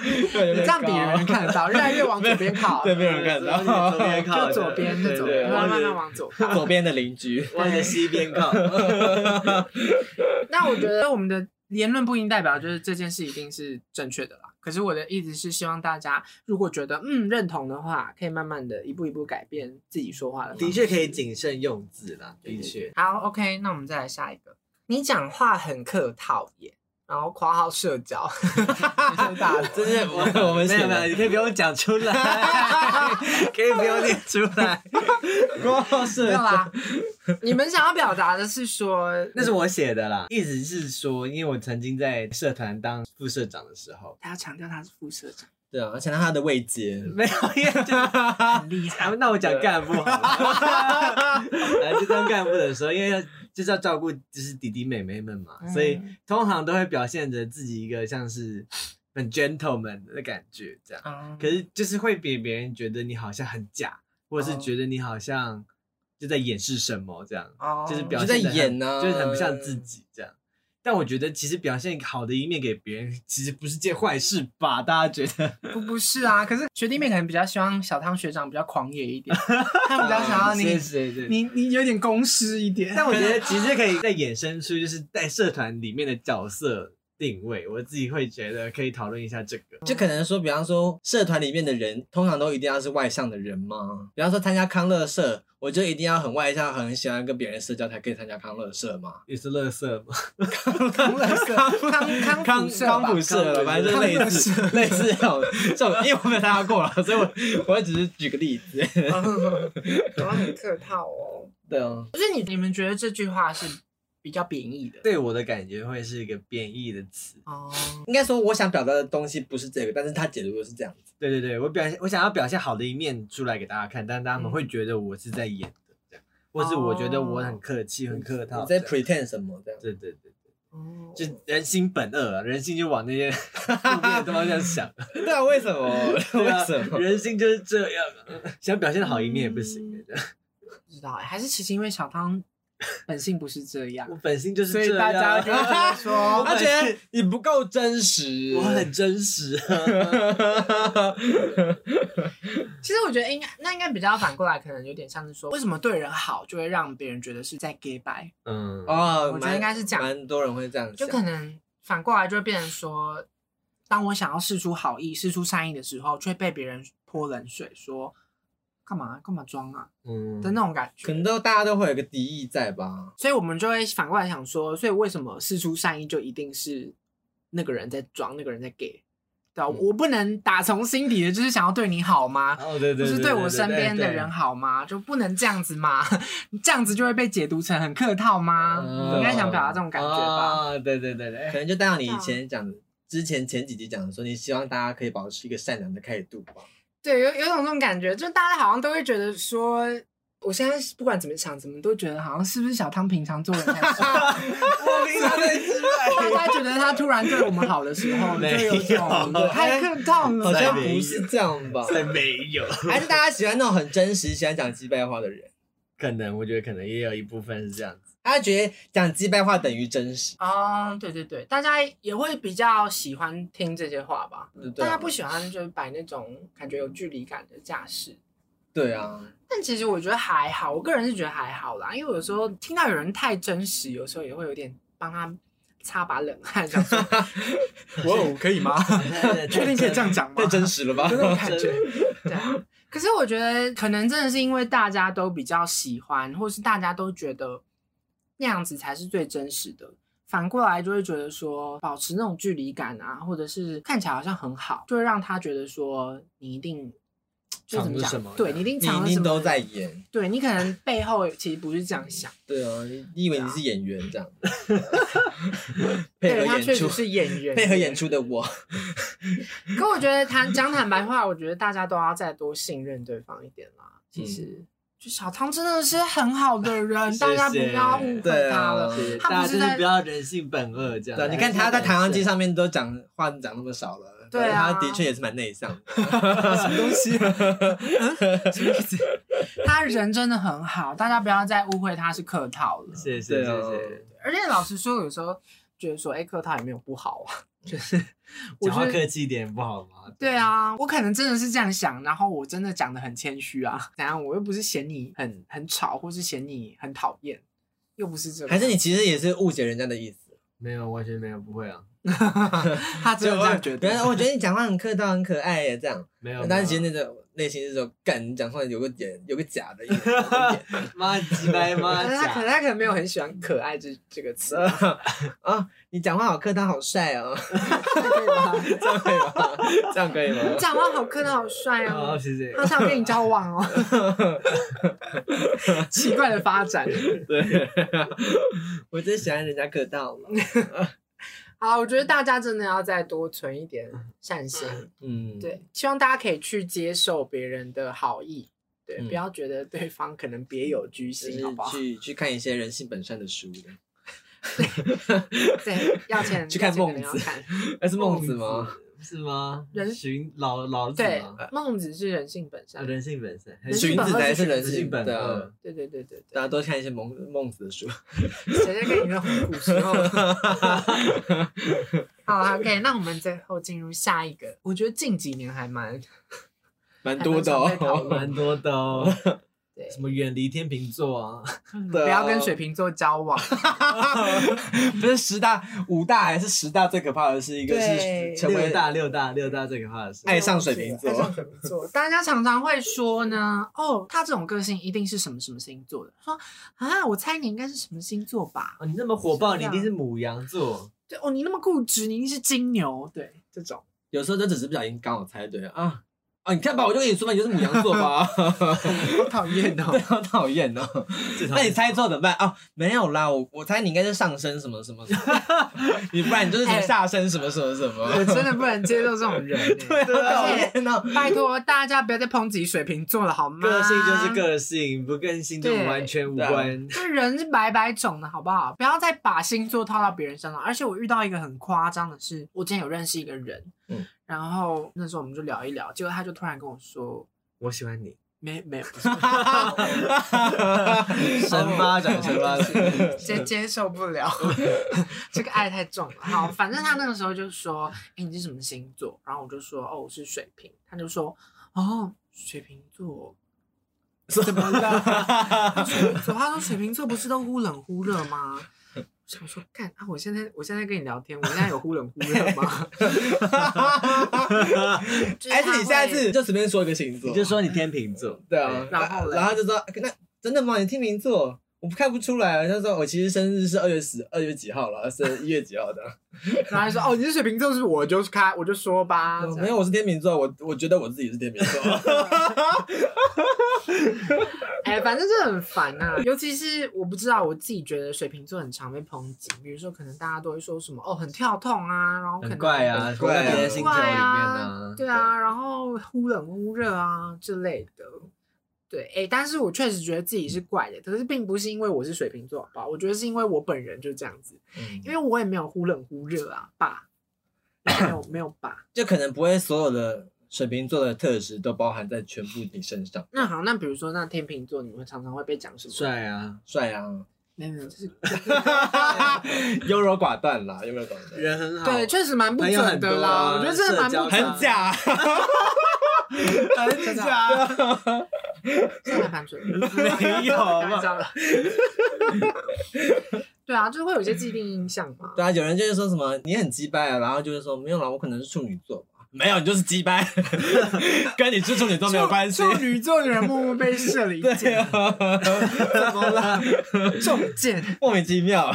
[SPEAKER 1] 你这样比人看得到，越来越往左边靠，
[SPEAKER 3] 对，没有人看得
[SPEAKER 2] 左
[SPEAKER 3] 到，
[SPEAKER 2] 边靠，
[SPEAKER 1] 就左边，就
[SPEAKER 2] 对
[SPEAKER 1] 左
[SPEAKER 2] 对
[SPEAKER 1] 边，
[SPEAKER 2] 对
[SPEAKER 1] 慢慢
[SPEAKER 2] 往
[SPEAKER 1] 慢往左靠。
[SPEAKER 3] 左边的邻居。
[SPEAKER 2] 往你的西边 靠。
[SPEAKER 1] 那我 觉得我们的言论不一定代表就是这件事一定是正确的啦。可是我的意思是，希望大家如果觉得嗯认同的话，可以慢慢的一步一步改变自己说话的方式。
[SPEAKER 2] 的确可以谨慎用字啦，的确。
[SPEAKER 1] 好，OK，那我们再来下一个。你讲话很客套耶，然后括号社 交，太大了。
[SPEAKER 3] 真是我我
[SPEAKER 2] 没
[SPEAKER 3] 们写
[SPEAKER 2] 有没有，
[SPEAKER 3] 的
[SPEAKER 2] 你可以不用讲出来， 可以不用念出 来，
[SPEAKER 3] 光是
[SPEAKER 1] 没有啦， 你们想要表达的是说，
[SPEAKER 2] 那是我写的啦。意思是说，因为我曾经在社团当副社长的时候，
[SPEAKER 1] 他要强调他是副社长，
[SPEAKER 3] 对啊，而且他的位阶，
[SPEAKER 2] 没有，因为就是
[SPEAKER 1] 很厉害。
[SPEAKER 2] 啊，那我讲干部好 了，来就当干部的时候，因为要就是要照顾就是弟弟妹妹们嘛，
[SPEAKER 1] 嗯
[SPEAKER 2] 所以通常都会表现着自己一个像是很 gentleman 的感觉这样，
[SPEAKER 1] 嗯
[SPEAKER 2] 可是就是会给别人觉得你好像很假，或
[SPEAKER 3] 哦
[SPEAKER 2] 者是觉得你好像就在掩饰什么这样。
[SPEAKER 1] 哦
[SPEAKER 2] 就是表
[SPEAKER 3] 就
[SPEAKER 2] 现
[SPEAKER 3] 在
[SPEAKER 2] 得很
[SPEAKER 3] 演啊
[SPEAKER 2] 就是很不像自己这样。但我觉得其实表现好的一面给别人，其实不是件坏事吧？大家觉得？
[SPEAKER 1] 不不是啊，可是学弟妹可能比较希望小汤学长比较狂野一点，他们比较想要
[SPEAKER 3] 哦
[SPEAKER 1] 你
[SPEAKER 3] 啊
[SPEAKER 2] 谢谢谢谢
[SPEAKER 1] 你你有点公式一点。
[SPEAKER 2] 但我觉得其实可以再衍生出，就是在社团里面的角色定位，我自己会觉得可以讨论一下这个。
[SPEAKER 3] 就可能说，比方说社团里面的人，通常都一定要是外向的人嘛。比方说参加康乐社，我就一定要很外向，很喜欢跟别人社交才可以参加康乐社嘛。
[SPEAKER 2] 也是乐色嘛，
[SPEAKER 1] 康乐社、康康
[SPEAKER 3] 康
[SPEAKER 1] 复社吧
[SPEAKER 3] 康普社了，反正就
[SPEAKER 2] 康
[SPEAKER 3] 类似类似 这种这种，因为我没有参加过了，啊所以我我 只是举个例子。
[SPEAKER 1] 讲得很客套哦。
[SPEAKER 3] 对啊，
[SPEAKER 1] 可是你你们觉得这句话是比较贬义的
[SPEAKER 2] 对我的感觉会是一个贬义的词。
[SPEAKER 1] 哦？
[SPEAKER 3] 应该说我想表达的东西不是这个，但是他解读的是这样子。
[SPEAKER 2] 对对对，我表现我想要表现好的一面出来给大家看，但他们会觉得我是在演的这样，或是我觉得我很客气、很客套
[SPEAKER 3] 你在
[SPEAKER 2] 这样
[SPEAKER 3] pretend 什么这样？
[SPEAKER 2] 对对对，
[SPEAKER 1] 哦
[SPEAKER 2] 就人心本恶、啊，人心就往那些 负面的方向想，
[SPEAKER 3] 对啊，为什么？
[SPEAKER 2] 对啊
[SPEAKER 3] 为什么？
[SPEAKER 2] 人心就是这样啊，想表现好一面也不行啊的。
[SPEAKER 1] 不知道哎、还是其实因为小汤本性不是这样
[SPEAKER 2] 我，本心就是
[SPEAKER 1] 嗯所
[SPEAKER 2] 这
[SPEAKER 1] 以
[SPEAKER 2] 样
[SPEAKER 1] 大家
[SPEAKER 2] 啊，
[SPEAKER 1] 就会觉得说，
[SPEAKER 3] 他觉得你不够真实，
[SPEAKER 2] 我很真实、啊。
[SPEAKER 1] 其实我觉得应该那应该比较反过来，可能有点像是说，为什么对人好就会让别人觉得是在 gay 白？
[SPEAKER 2] 嗯，
[SPEAKER 3] 哦，
[SPEAKER 1] 我觉得
[SPEAKER 3] 蛮
[SPEAKER 1] 应该是这样
[SPEAKER 3] 蛮多人会这样想，
[SPEAKER 1] 就可能反过来就会变成说，当我想要试出好意、试出善意的时候，却被别人泼冷水说。干嘛干嘛装啊
[SPEAKER 2] 嗯，
[SPEAKER 1] 的那种感觉，
[SPEAKER 3] 可能都大家都会有一个敌意在吧。
[SPEAKER 1] 所以我们就会反过来想说，所以为什么事出善意就一定是那个人在装，那个人在给？对、啊
[SPEAKER 3] 嗯
[SPEAKER 1] 我不能打从心底的就是想要对你好吗？
[SPEAKER 2] 哦对
[SPEAKER 1] 就
[SPEAKER 2] 对，
[SPEAKER 1] 是对我身边的人
[SPEAKER 2] 好。
[SPEAKER 1] 好吗？就不能这样子吗？ 这样子就会被解读成很客套吗？
[SPEAKER 2] 嗯
[SPEAKER 1] 你应该想表达这种感觉吧？
[SPEAKER 2] 哦对对对对，
[SPEAKER 1] 啊
[SPEAKER 3] 可能就当你以前讲的，之前前几集讲的说，你希望大家可以保持一个善良的态度吧。
[SPEAKER 1] 对，有有种这种感觉，就大家好像都会觉得说。我现在不管怎么想，怎么都觉得好像是不是小汤平常做人才是，
[SPEAKER 2] 我平常在吃饭。
[SPEAKER 1] 大家觉得他突然对我们好的时候，就
[SPEAKER 2] 没
[SPEAKER 1] 有种
[SPEAKER 2] 有
[SPEAKER 1] 太客套了，
[SPEAKER 3] 好
[SPEAKER 2] 在
[SPEAKER 3] 像
[SPEAKER 2] 没
[SPEAKER 3] 不是这样吧？
[SPEAKER 2] 才没有，
[SPEAKER 3] 还是大家喜欢那种很真实、喜欢讲鸡掰话的人？
[SPEAKER 2] 可能我觉得可能也有一部分是这样子，
[SPEAKER 3] 他觉得讲鸡掰话等于真实，
[SPEAKER 1] 哦，对对对，大家也会比较喜欢听这些话吧。
[SPEAKER 3] 对
[SPEAKER 1] 大
[SPEAKER 3] 啊
[SPEAKER 1] 家不喜欢就是摆那种感觉有距离感的架势。
[SPEAKER 3] 对啊，
[SPEAKER 1] 但其实我觉得还好，我个人是觉得还好啦，因为有时候听到有人太真实，有时候也会有点帮他擦把冷汗，想 说，哇哦，可以吗？确定可以这样讲吗？
[SPEAKER 3] 太真实了吧？
[SPEAKER 1] 就那种感 觉，对啊。可是我觉得，可能真的是因为大家都比较喜欢，或是大家都觉得那样子才是最真实的。反过来就会觉得说，保持那种距离感啊，或者是看起来好像很好，就会让他觉得说你一定就怎么
[SPEAKER 2] 藏着什
[SPEAKER 1] 讲
[SPEAKER 2] 么，
[SPEAKER 1] 对你一定
[SPEAKER 3] 你
[SPEAKER 1] 藏
[SPEAKER 3] 一
[SPEAKER 1] 了什
[SPEAKER 3] 定
[SPEAKER 1] 么，
[SPEAKER 3] 都在演，
[SPEAKER 1] 对你可能背后其实不是这样想，
[SPEAKER 3] 对啊，你你以为你是演员这样，
[SPEAKER 1] 对
[SPEAKER 3] 配合
[SPEAKER 1] 他确实
[SPEAKER 3] 演出，
[SPEAKER 1] 是演员，
[SPEAKER 3] 配合演出的我，
[SPEAKER 1] 可
[SPEAKER 3] 嗯
[SPEAKER 1] 我觉得坦讲坦白话，我觉得大家都要再多信任对方一点啦。其实就小汤真的是很好的 人，大家不
[SPEAKER 2] 谢谢
[SPEAKER 1] 要误
[SPEAKER 3] 对
[SPEAKER 1] 会
[SPEAKER 3] 啊
[SPEAKER 1] 他了。
[SPEAKER 2] 是
[SPEAKER 1] 他
[SPEAKER 2] 大
[SPEAKER 1] 不
[SPEAKER 2] 家
[SPEAKER 1] 是
[SPEAKER 2] 就
[SPEAKER 1] 在
[SPEAKER 2] 是不要人性本恶这样。
[SPEAKER 3] 对，你看他在台湾机上面都讲话讲那么少了，
[SPEAKER 1] 对啊
[SPEAKER 3] 他的确也是蛮内向的。
[SPEAKER 2] 什么东西？
[SPEAKER 1] 嗯他人真的很好，大家不要再误会他是客套了。
[SPEAKER 2] 谢谢谢
[SPEAKER 3] 对啊
[SPEAKER 2] 谢，
[SPEAKER 1] 而且老实说，有时候觉得说，哎、客套也没有不好啊，就是我
[SPEAKER 2] 讲
[SPEAKER 1] 觉
[SPEAKER 2] 话
[SPEAKER 1] 得。
[SPEAKER 2] 客气一点不好吗？
[SPEAKER 1] 对啊，我可能真的是这样想，然后我真的讲的很谦虚啊，怎样？我又不是嫌你很很吵，或是嫌你很讨厌，又不是这个。
[SPEAKER 3] 还是你其实也是误解人家的意思。
[SPEAKER 2] 没有，完全没有，不会啊，
[SPEAKER 1] 他只有这样觉
[SPEAKER 3] 别人
[SPEAKER 1] 得？
[SPEAKER 3] 我觉得你讲话很客套、很可爱耶，这样。
[SPEAKER 2] 没有。
[SPEAKER 3] 但是其实
[SPEAKER 2] 没有
[SPEAKER 3] 那种内心是说，干你讲话有个点，有个假的意思。有个点
[SPEAKER 2] 妈鸡掰妈
[SPEAKER 1] 可是他可能
[SPEAKER 2] 假，
[SPEAKER 1] 他可能没有很喜欢“可爱这”这个词，啊
[SPEAKER 3] 哦，你讲话好客套，好帅哦，
[SPEAKER 1] 对吧？
[SPEAKER 3] 这样可以吗？这样可以吗
[SPEAKER 1] 你？讲话好客套，好帅
[SPEAKER 2] 好
[SPEAKER 1] 哦，
[SPEAKER 2] 谢谢。
[SPEAKER 1] 好想跟你交往 哦。奇怪的发展。
[SPEAKER 3] 对， 我真喜欢人家客套嘛。
[SPEAKER 1] 好，我觉得大家真的要再多存一点善心，
[SPEAKER 3] 嗯，
[SPEAKER 1] 对，希望大家可以去接受别人的好意，对，
[SPEAKER 3] 嗯
[SPEAKER 1] 不要觉得对方可能别有居
[SPEAKER 3] 就
[SPEAKER 1] 心，好
[SPEAKER 3] 是
[SPEAKER 1] 不好？
[SPEAKER 3] 去去看一些人性本善的书，
[SPEAKER 1] 对，要钱
[SPEAKER 3] 去看
[SPEAKER 1] 要钱可能
[SPEAKER 3] 孟子
[SPEAKER 1] 要 看
[SPEAKER 3] 那哎是孟子吗？？
[SPEAKER 2] 是吗？
[SPEAKER 1] 人
[SPEAKER 2] 寻老老子
[SPEAKER 1] 对
[SPEAKER 2] 吗？，
[SPEAKER 1] 孟子是人性本
[SPEAKER 2] 啊，
[SPEAKER 3] 嗯
[SPEAKER 1] 善，对
[SPEAKER 2] 人性本善，
[SPEAKER 1] 人性
[SPEAKER 3] 荀
[SPEAKER 1] 本
[SPEAKER 3] 子
[SPEAKER 1] 恶
[SPEAKER 3] 才是人
[SPEAKER 2] 人性本
[SPEAKER 3] 对啊
[SPEAKER 2] 恶。。
[SPEAKER 1] 对对对
[SPEAKER 3] 大
[SPEAKER 1] 对，
[SPEAKER 3] 家多看一些孟孟子的 书。
[SPEAKER 1] 谁在跟你说古时候？ 好，OK，那我啊们最后进入下一个，我觉得近几年还蛮
[SPEAKER 3] 蛮多的
[SPEAKER 1] 还蛮常被讨
[SPEAKER 3] 哦。
[SPEAKER 1] 论
[SPEAKER 2] 蛮多的哦，
[SPEAKER 1] 对，
[SPEAKER 2] 什么远离天秤座啊，
[SPEAKER 1] 不要跟水瓶座交往，
[SPEAKER 3] 不是十大、五大还是十大最可怕的是一个
[SPEAKER 1] 对
[SPEAKER 3] 是成为
[SPEAKER 2] 六大六大六大最可怕的事，
[SPEAKER 3] 爱上水瓶座
[SPEAKER 1] 爱上水瓶座。大家常常会说呢，哦，他这种个性一定是什么什么星座的。说啊，我猜你应该是什么星座吧？
[SPEAKER 2] 哦，你那么火
[SPEAKER 1] 是
[SPEAKER 2] 爆，
[SPEAKER 1] 这
[SPEAKER 2] 你一
[SPEAKER 1] 样
[SPEAKER 2] 定是母羊座，
[SPEAKER 1] 对哦，你那么固执，你一定是金牛。对，这种
[SPEAKER 3] 有时候就只是不小心刚好猜对了啊啊！你看吧，我就跟你说嘛，你就是母羊 座吧，
[SPEAKER 1] 好讨厌
[SPEAKER 3] 对，。 啊好讨 厌哦。
[SPEAKER 2] 最讨
[SPEAKER 3] 那你
[SPEAKER 2] 厌
[SPEAKER 3] 猜错怎么办？哦，没有啦，我我猜你应该是上升什么什么什么， 你不然你就是
[SPEAKER 1] 哎
[SPEAKER 3] 什么下升什么什么什
[SPEAKER 1] 我
[SPEAKER 2] 哦
[SPEAKER 3] 么，
[SPEAKER 1] 真的不能接受这种人、欸。
[SPEAKER 3] 对，啊好讨厌哦。
[SPEAKER 1] 拜托大家不要再抨击水瓶座了好吗？
[SPEAKER 2] 个性就是，个性，不跟星座
[SPEAKER 1] 对
[SPEAKER 2] 完全无
[SPEAKER 3] 对啊
[SPEAKER 2] 关。
[SPEAKER 1] 这人是百百种的好不好？不要再把星座套到别人身上。而且我遇到一个很夸张的是，我之前有认识一个人，
[SPEAKER 3] 嗯
[SPEAKER 1] 然后那时候我们就聊一聊，结果他就突然跟我说，
[SPEAKER 2] 我喜欢你，
[SPEAKER 1] 没没有， 不是
[SPEAKER 3] 神巴掌，神巴掌，
[SPEAKER 1] 接接受不了， 这个爱太重了。好，反正他那个时候就说：“哎、你是什么星座？”然后我就说：“哦，我是水瓶。”他就说：“哦，水瓶座 怎么了？水瓶座？”他说：“水瓶座不是都忽冷忽热吗？”我想说，干啊！我现在我现在跟你聊天，我现在有忽冷忽热 吗？就是
[SPEAKER 3] 还
[SPEAKER 1] 他
[SPEAKER 3] 是你下
[SPEAKER 1] 会
[SPEAKER 3] 次就随便说一个星座，
[SPEAKER 2] 你就说你天秤座，
[SPEAKER 3] 对啊，
[SPEAKER 1] 然后嘞
[SPEAKER 3] 然后就说那真的吗？你天秤座，我看不出来啊。他说我其实生日是二月十二月几号了，是一月几号的。
[SPEAKER 1] 然后他说：“哦，你是水瓶座，是不是我就开我就说吧。啊
[SPEAKER 3] 我
[SPEAKER 1] 这样”
[SPEAKER 3] 没有，我是天秤座，我我觉得我自己是天秤座。
[SPEAKER 1] 哎、反正就很烦啊呐、尤其是我不知道，我自己觉得水瓶座很常被抨击，比如说可能大家都会说什么哦，很跳痛啊，然后可
[SPEAKER 2] 很
[SPEAKER 1] 能
[SPEAKER 2] 怪啊，
[SPEAKER 3] 很
[SPEAKER 2] 活在
[SPEAKER 3] 怪啊
[SPEAKER 2] 别人星座里面
[SPEAKER 1] 怪
[SPEAKER 2] 啊
[SPEAKER 1] 啊，，对啊，然后忽冷忽热啊之类的。对，哎、但是我确实觉得自己是怪的，可是并不是因为我是水瓶座，好吧？我觉得是因为我本人就这样子，因为我也没有忽冷忽热啊，爸，没有没有爸。
[SPEAKER 3] 就可能不会所有的水瓶座的特质都包含在全部你身上。
[SPEAKER 1] 那好，那比如说那天秤座，你们常常会被讲什么？
[SPEAKER 2] 帅啊，
[SPEAKER 3] 帅啊，
[SPEAKER 1] 没有没有，就是
[SPEAKER 3] 优柔寡断啦，优柔寡断，
[SPEAKER 2] 人很好，
[SPEAKER 1] 对，确实蛮不
[SPEAKER 2] 朋友
[SPEAKER 1] 准
[SPEAKER 2] 很
[SPEAKER 1] 的
[SPEAKER 2] 多
[SPEAKER 1] 啦。
[SPEAKER 2] 啊
[SPEAKER 1] 我觉得真的蛮不准
[SPEAKER 2] 社交
[SPEAKER 1] 的，
[SPEAKER 3] 很假，很假。
[SPEAKER 1] 现在盘水
[SPEAKER 3] 没有好不好
[SPEAKER 1] 知道了。 对啊，就是会有一些既定印象 嘛。
[SPEAKER 3] 对啊，有人就是说什么你很鸡掰啊，然后就是说没有啦，我可能是处女座吧。没有，你就是 鸡掰，跟你是处女座没有关系
[SPEAKER 1] 处。女座的人默默被射了一
[SPEAKER 3] 对
[SPEAKER 1] 箭，
[SPEAKER 3] 啊，怎么了？
[SPEAKER 1] 中箭。
[SPEAKER 3] 莫名其妙。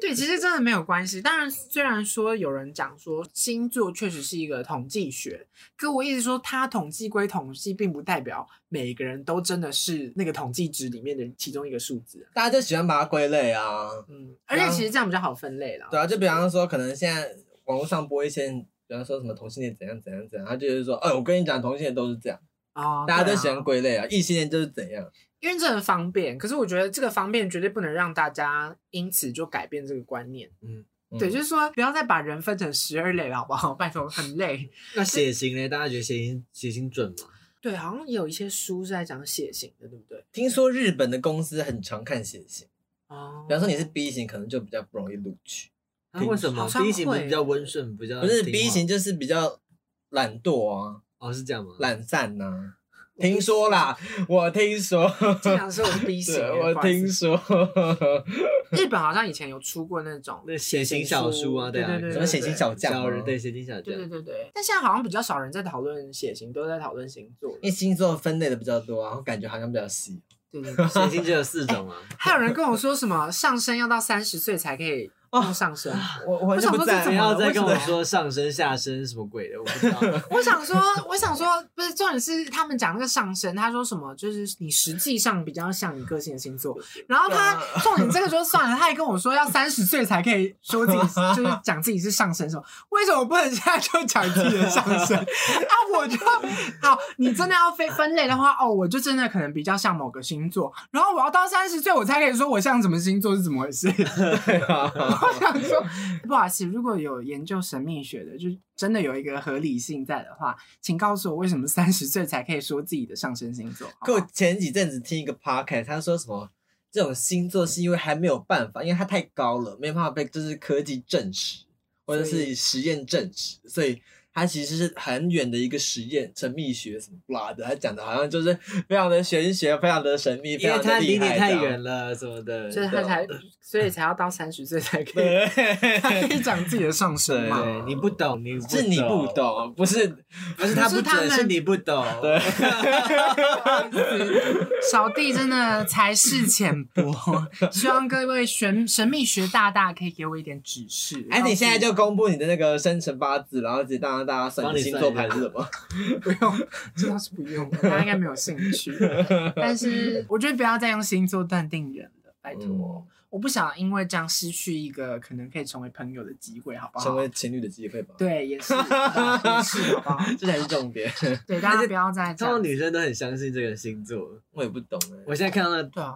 [SPEAKER 1] 对，其实真的没有关系。当然，虽然说有人讲说星座确实是一个统计学，可我一直说它统计归统计，并不代表每个人都真的是那个统计值里面的其中一个数字。
[SPEAKER 3] 大家就喜欢把它归类啊。
[SPEAKER 1] 嗯，而且其实这样比较好分类啦。
[SPEAKER 3] 对啊，就比方说，可能现在网络上播一些，比方说什么同性恋怎样怎样怎样，他就是说，哎，我跟你讲，同性恋都是这样。
[SPEAKER 1] 哦，
[SPEAKER 3] 大家
[SPEAKER 1] 对
[SPEAKER 3] 都
[SPEAKER 1] 啊
[SPEAKER 3] 喜欢归类啊，异性恋就是怎样？
[SPEAKER 1] 因为这很方便，可是我觉得这个方便绝对不能让大家因此就改变这个观念。
[SPEAKER 2] 嗯
[SPEAKER 1] 对，
[SPEAKER 3] 嗯
[SPEAKER 1] 就是说不要再把人分成十二类了，好不好？拜 托，很累。
[SPEAKER 2] 那血型呢？大家觉得血型血型准吗？
[SPEAKER 1] 对，好像有一些书是在讲血型的，对不对？
[SPEAKER 3] 听说日本的公司很常看血型，
[SPEAKER 1] 哦，
[SPEAKER 3] 比方说你是 B 型，可能就比较不容易录取。
[SPEAKER 2] 啊、为什么
[SPEAKER 1] 好像会
[SPEAKER 2] ？B 型不是比 较温顺，比较
[SPEAKER 3] 不是
[SPEAKER 2] 听话
[SPEAKER 3] B 型就是比较懒惰啊，
[SPEAKER 2] 哦，是这样吗？
[SPEAKER 3] 懒散呐、听说啦，我听说，
[SPEAKER 1] 经常说我 是 B 型
[SPEAKER 3] 对
[SPEAKER 1] 耶，
[SPEAKER 3] 我
[SPEAKER 1] 不好意思
[SPEAKER 3] 听说，
[SPEAKER 1] 日本好像以前有出过那种，
[SPEAKER 2] 那血型小叔啊，
[SPEAKER 1] 对
[SPEAKER 2] 啊，
[SPEAKER 1] 对对
[SPEAKER 3] 什么血型小将
[SPEAKER 2] 小人
[SPEAKER 3] 吗
[SPEAKER 2] 对血型小
[SPEAKER 1] 对对
[SPEAKER 2] 将，
[SPEAKER 1] 对对。但现在好像比较少人在讨论血型，都在讨论星座了。
[SPEAKER 3] 因为星座分类的比较多啊，然后感觉好像比较细。
[SPEAKER 1] 对对对。
[SPEAKER 2] 血型只有四种啊。
[SPEAKER 1] 还有人跟我说什么上升要到三十岁才可以
[SPEAKER 3] 哦
[SPEAKER 1] 用上 升，
[SPEAKER 3] 我我
[SPEAKER 1] 我想
[SPEAKER 3] 就不
[SPEAKER 1] 说
[SPEAKER 3] 在
[SPEAKER 1] 这
[SPEAKER 2] 不
[SPEAKER 1] 怎么
[SPEAKER 2] 要
[SPEAKER 1] 了
[SPEAKER 2] 再跟
[SPEAKER 1] 为
[SPEAKER 2] 哎我
[SPEAKER 1] 什么
[SPEAKER 2] 说上身下身什么鬼的，我不知道。
[SPEAKER 1] 我想说，我想说，不是重点是他们讲那个上升，他说什么就是你实际上比较像你个性的星座，然后他重点这个就算了，他还跟我说要三十岁才可以说自己就是讲自己是上升什么，为什么我不能现在就讲自己的上升啊？我就好，你真的要分分类的话，哦，我就真的可能比较像某个星座，然后我要到三十岁我才可以说我像什么星座是怎么回事。
[SPEAKER 3] 啊
[SPEAKER 1] 我想说，不好意思，如果有研究神秘学的，就真的有一个合理性在的话，请告诉我为什么三十岁才可以说自己的上升星座？好不
[SPEAKER 3] 可我
[SPEAKER 1] 好
[SPEAKER 3] 前几阵子听一个 podcast，他说什么这种星座是因为还没有办法，因为它太高了，没有办法被就是科技证实或者
[SPEAKER 1] 所
[SPEAKER 3] 是实验证实，所以它其实是很远的一个实验，神秘学什么啦的，他讲的好像就是非常的玄学，非常的神秘，非
[SPEAKER 2] 因为
[SPEAKER 3] 常
[SPEAKER 2] 他
[SPEAKER 3] 的
[SPEAKER 2] 离
[SPEAKER 3] 厉
[SPEAKER 2] 你
[SPEAKER 3] 害，
[SPEAKER 2] 太远。了什么的，
[SPEAKER 1] 所以他才，所以才要到三十岁才可以，
[SPEAKER 3] 对，
[SPEAKER 1] 才可以讲自己的上升嘛。
[SPEAKER 2] 对你不懂，你
[SPEAKER 3] 是你不，懂，不是
[SPEAKER 2] 不是他不
[SPEAKER 1] 是他
[SPEAKER 2] 准，
[SPEAKER 1] 们
[SPEAKER 2] 是你不懂。
[SPEAKER 3] 对，
[SPEAKER 1] 小弟真的才识浅薄，希望各位神神秘学大大可以给我一点指示。
[SPEAKER 3] 哎，你现在
[SPEAKER 1] 告
[SPEAKER 3] 就公布你的那个生辰八字，然后直接让大家算
[SPEAKER 2] 帮
[SPEAKER 3] 你
[SPEAKER 2] 你
[SPEAKER 3] 星
[SPEAKER 2] 算
[SPEAKER 3] 座
[SPEAKER 2] 一
[SPEAKER 3] 盘
[SPEAKER 2] 下
[SPEAKER 3] 是什么。
[SPEAKER 1] 诉我不 用，这倒是不用了，大家应该没有兴 趣。但是我觉得不要再用星座断定人了，拜托。
[SPEAKER 3] 嗯
[SPEAKER 1] 我不想因为这样失去一个可能可以成为朋友的机会，好不好？
[SPEAKER 3] 成为情侣的机会吧。，
[SPEAKER 1] 对，也 是，也是，好不好？
[SPEAKER 3] 这才是 重点。
[SPEAKER 1] 对，大家不要再这
[SPEAKER 2] 通常
[SPEAKER 1] 样。
[SPEAKER 2] 女生都很相信这个星座。
[SPEAKER 3] 我也不懂欸
[SPEAKER 2] 我现在看到那
[SPEAKER 1] 对啊，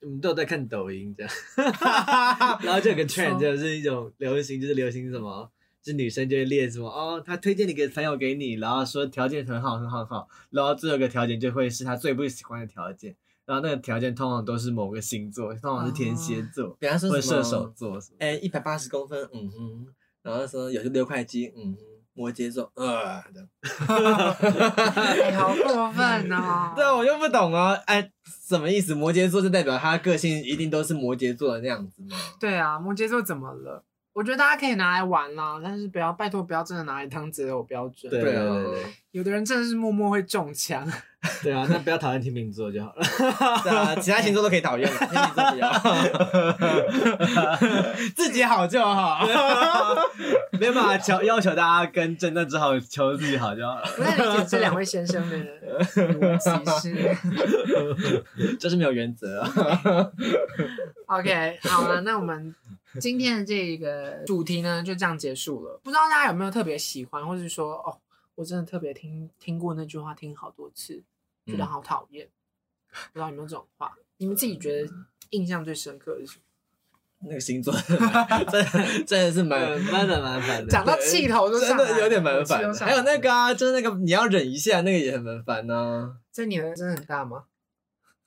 [SPEAKER 2] 我们都有在看抖音这 样，
[SPEAKER 3] 哎。
[SPEAKER 2] 然后就有个
[SPEAKER 1] 说
[SPEAKER 2] trend 就是一种流行，就是流行什么，就是女生就会列什么哦，她推荐了一个朋友给你，然后说条件很好很好很好，然后最后一个条件就会是她最不喜欢的条件，然后那个条件通常都是某个星座，通常是天蝎座、
[SPEAKER 3] 比方说
[SPEAKER 2] 或者
[SPEAKER 3] 什么
[SPEAKER 2] 射手，座什么的。
[SPEAKER 3] 哎，一百八十公分，嗯哼，然后说有些六块肌，嗯哼，摩羯座，呃，这样
[SPEAKER 1] 哎好过分哦！
[SPEAKER 3] 对啊，我就不懂啊，哎，什么意思？摩羯座就代表他个性一定都是摩羯座的那样子吗？
[SPEAKER 1] 对啊，摩羯座怎么了？我觉得大家可以拿来玩啦，但是不要，拜托不要真的拿来当择偶标准。
[SPEAKER 2] 对
[SPEAKER 3] 对
[SPEAKER 2] 对
[SPEAKER 3] 啊
[SPEAKER 2] 对对
[SPEAKER 1] 有的人真的是默默会中 枪。
[SPEAKER 2] 对啊，那不要讨厌天秤座就好了。
[SPEAKER 3] 对啊，其他星座都可以讨厌了，天秤座不要，自己好就好。
[SPEAKER 2] 没办法求要求大家跟真的只好求自己好就好 了。
[SPEAKER 1] 不太理解这两位先生的逻辑是。
[SPEAKER 3] 就是没有原则啊。
[SPEAKER 1] OK，好了，那我们今天的这一个主题呢，就这样结束了。不知道大家有没有特别喜欢，或是说，哦，我真的特别听听过那句话，听好多次，觉得
[SPEAKER 3] 嗯
[SPEAKER 1] 好讨厌。不知道有没有这种话？你们自己觉得印象最深刻的是什么？
[SPEAKER 3] 那个星座真的真的是蛮
[SPEAKER 2] 蛮蛮的蛮烦的
[SPEAKER 1] 讲，到气头都
[SPEAKER 3] 真
[SPEAKER 1] 上来了
[SPEAKER 3] 的有点麻烦
[SPEAKER 1] 气都
[SPEAKER 3] 的。
[SPEAKER 1] 上
[SPEAKER 3] 还
[SPEAKER 1] 来
[SPEAKER 3] 有那
[SPEAKER 1] 了
[SPEAKER 3] 个啊，就是那个你要忍一下，那个也很麻烦呢、
[SPEAKER 1] 这你的真的很大吗？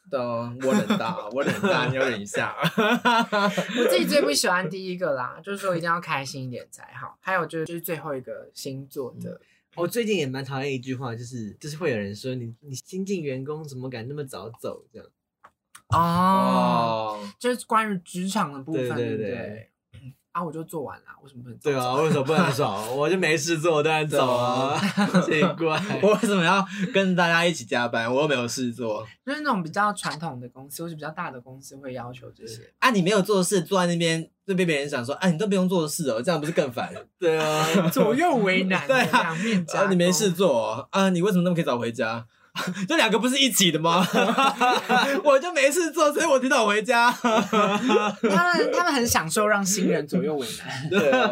[SPEAKER 3] 对啊，我忍大，我忍大，你要忍 一下。
[SPEAKER 1] 我自己最不喜欢第一个啦， 就是说一定要开心一点才好。还有就是就是最后一个星座的，
[SPEAKER 2] 我哦最近也蛮讨厌一句话，就是就是会有人说你你新进员工怎么敢那么早走这样？
[SPEAKER 1] 嗯哦，
[SPEAKER 3] 哦，
[SPEAKER 1] 就是关于职场的部分，
[SPEAKER 2] 对对
[SPEAKER 1] 不
[SPEAKER 2] 对
[SPEAKER 1] 对？啊，我就做完了，为什么不能做
[SPEAKER 2] 对啊，为什么不能走？ 我就没事做，我当然走啊，奇怪。
[SPEAKER 3] 我为什么要跟大家一起加班？我又没有事做
[SPEAKER 1] 就是那种比较传统的公司或是比较大的公司会要求这些。
[SPEAKER 3] 啊！你没有做事，坐在那边就被别人想说，啊，你都不用做事哦，这样不是更烦？
[SPEAKER 2] 对啊，
[SPEAKER 1] 左右为难，
[SPEAKER 3] 对啊
[SPEAKER 1] 两面夹
[SPEAKER 3] 啊，
[SPEAKER 1] 攻。
[SPEAKER 3] 你没事做、哦、啊，你为什么那么可以早回家？ 这两个不是一起的吗？ 我就没事做，所以我提早回家。
[SPEAKER 1] 他们他们很享受让新人左右为难，
[SPEAKER 3] 对啊，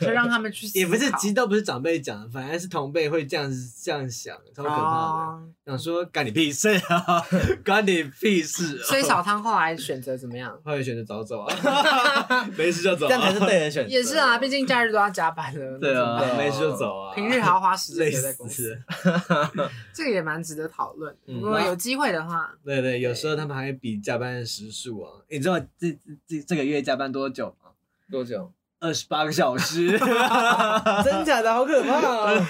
[SPEAKER 1] 就让他们去思考
[SPEAKER 2] 也不是，其实都不是长辈讲的，反而是同辈会这样子这样想，超可
[SPEAKER 3] 啊
[SPEAKER 2] 怕的。
[SPEAKER 1] 哦
[SPEAKER 2] 想说干你屁事啊，干你屁事、啊！
[SPEAKER 1] 所以小汤后来选择怎么样？
[SPEAKER 2] 后来选择早走 啊，没事就走、
[SPEAKER 3] 这
[SPEAKER 2] 啊，
[SPEAKER 3] 样才是对的选择。
[SPEAKER 1] 也是啊，毕竟假日都要加班了。
[SPEAKER 2] 对
[SPEAKER 1] 那怎么
[SPEAKER 2] 啊，
[SPEAKER 1] 办
[SPEAKER 2] 没事就走啊，
[SPEAKER 1] 平日还要花时间
[SPEAKER 2] 累
[SPEAKER 1] 留在公司，
[SPEAKER 2] 死。
[SPEAKER 1] 这个也蛮值得讨论。
[SPEAKER 3] 嗯
[SPEAKER 1] 如果有机会的话，
[SPEAKER 2] 对对，有时候他们还会比加班的时数啊，你知道这这这这个月加班多久吗？
[SPEAKER 3] 多久？
[SPEAKER 2] 二十八个小时，
[SPEAKER 3] 真假的，好可怕哦！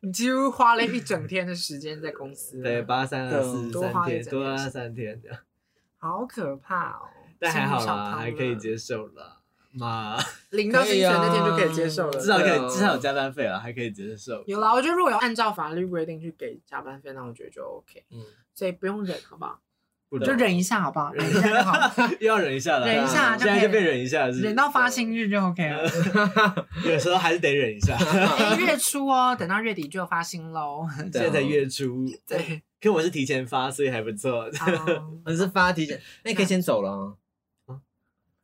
[SPEAKER 1] 你几乎花了一整天的时间在公司，
[SPEAKER 2] 对，八三二四
[SPEAKER 1] 啊多
[SPEAKER 2] 三
[SPEAKER 1] 花一
[SPEAKER 2] 天，
[SPEAKER 1] 整
[SPEAKER 2] 多
[SPEAKER 1] 天
[SPEAKER 2] 花三天这样，
[SPEAKER 1] 好可怕哦。
[SPEAKER 2] 但还好啦，还
[SPEAKER 1] 心
[SPEAKER 2] 可
[SPEAKER 1] 里
[SPEAKER 2] 以
[SPEAKER 1] 小
[SPEAKER 2] 接受啦。 妈，
[SPEAKER 1] 领到薪水那天就可以接受了。
[SPEAKER 3] 可以啊
[SPEAKER 2] 至少可
[SPEAKER 3] 对啊
[SPEAKER 2] 以，至少有加班费了，还可以接受。
[SPEAKER 1] 有啦，我觉得如果有按照法律规定去给加班费，那我觉得就 OK，
[SPEAKER 3] 嗯，
[SPEAKER 1] 所以不用忍，好不好？
[SPEAKER 2] 不
[SPEAKER 1] 就
[SPEAKER 2] 忍，
[SPEAKER 1] 忍一下，好不好？忍一下就好，
[SPEAKER 2] 又要忍一下了，啊
[SPEAKER 1] 忍
[SPEAKER 3] 一下就
[SPEAKER 2] 现在
[SPEAKER 1] 可以
[SPEAKER 2] 就被忍一下，是不是啊
[SPEAKER 1] 忍到发，薪日就 OK 了。
[SPEAKER 2] 有时候还是得忍一 下。
[SPEAKER 1] 哎月初哦，等到月底就发薪喽。
[SPEAKER 2] 现在才
[SPEAKER 3] 哦
[SPEAKER 2] 月初，
[SPEAKER 1] 啊 对，
[SPEAKER 2] 可我是提前发，所以还不错。
[SPEAKER 1] 哦
[SPEAKER 3] 我是发提前，那你可以先走了哦。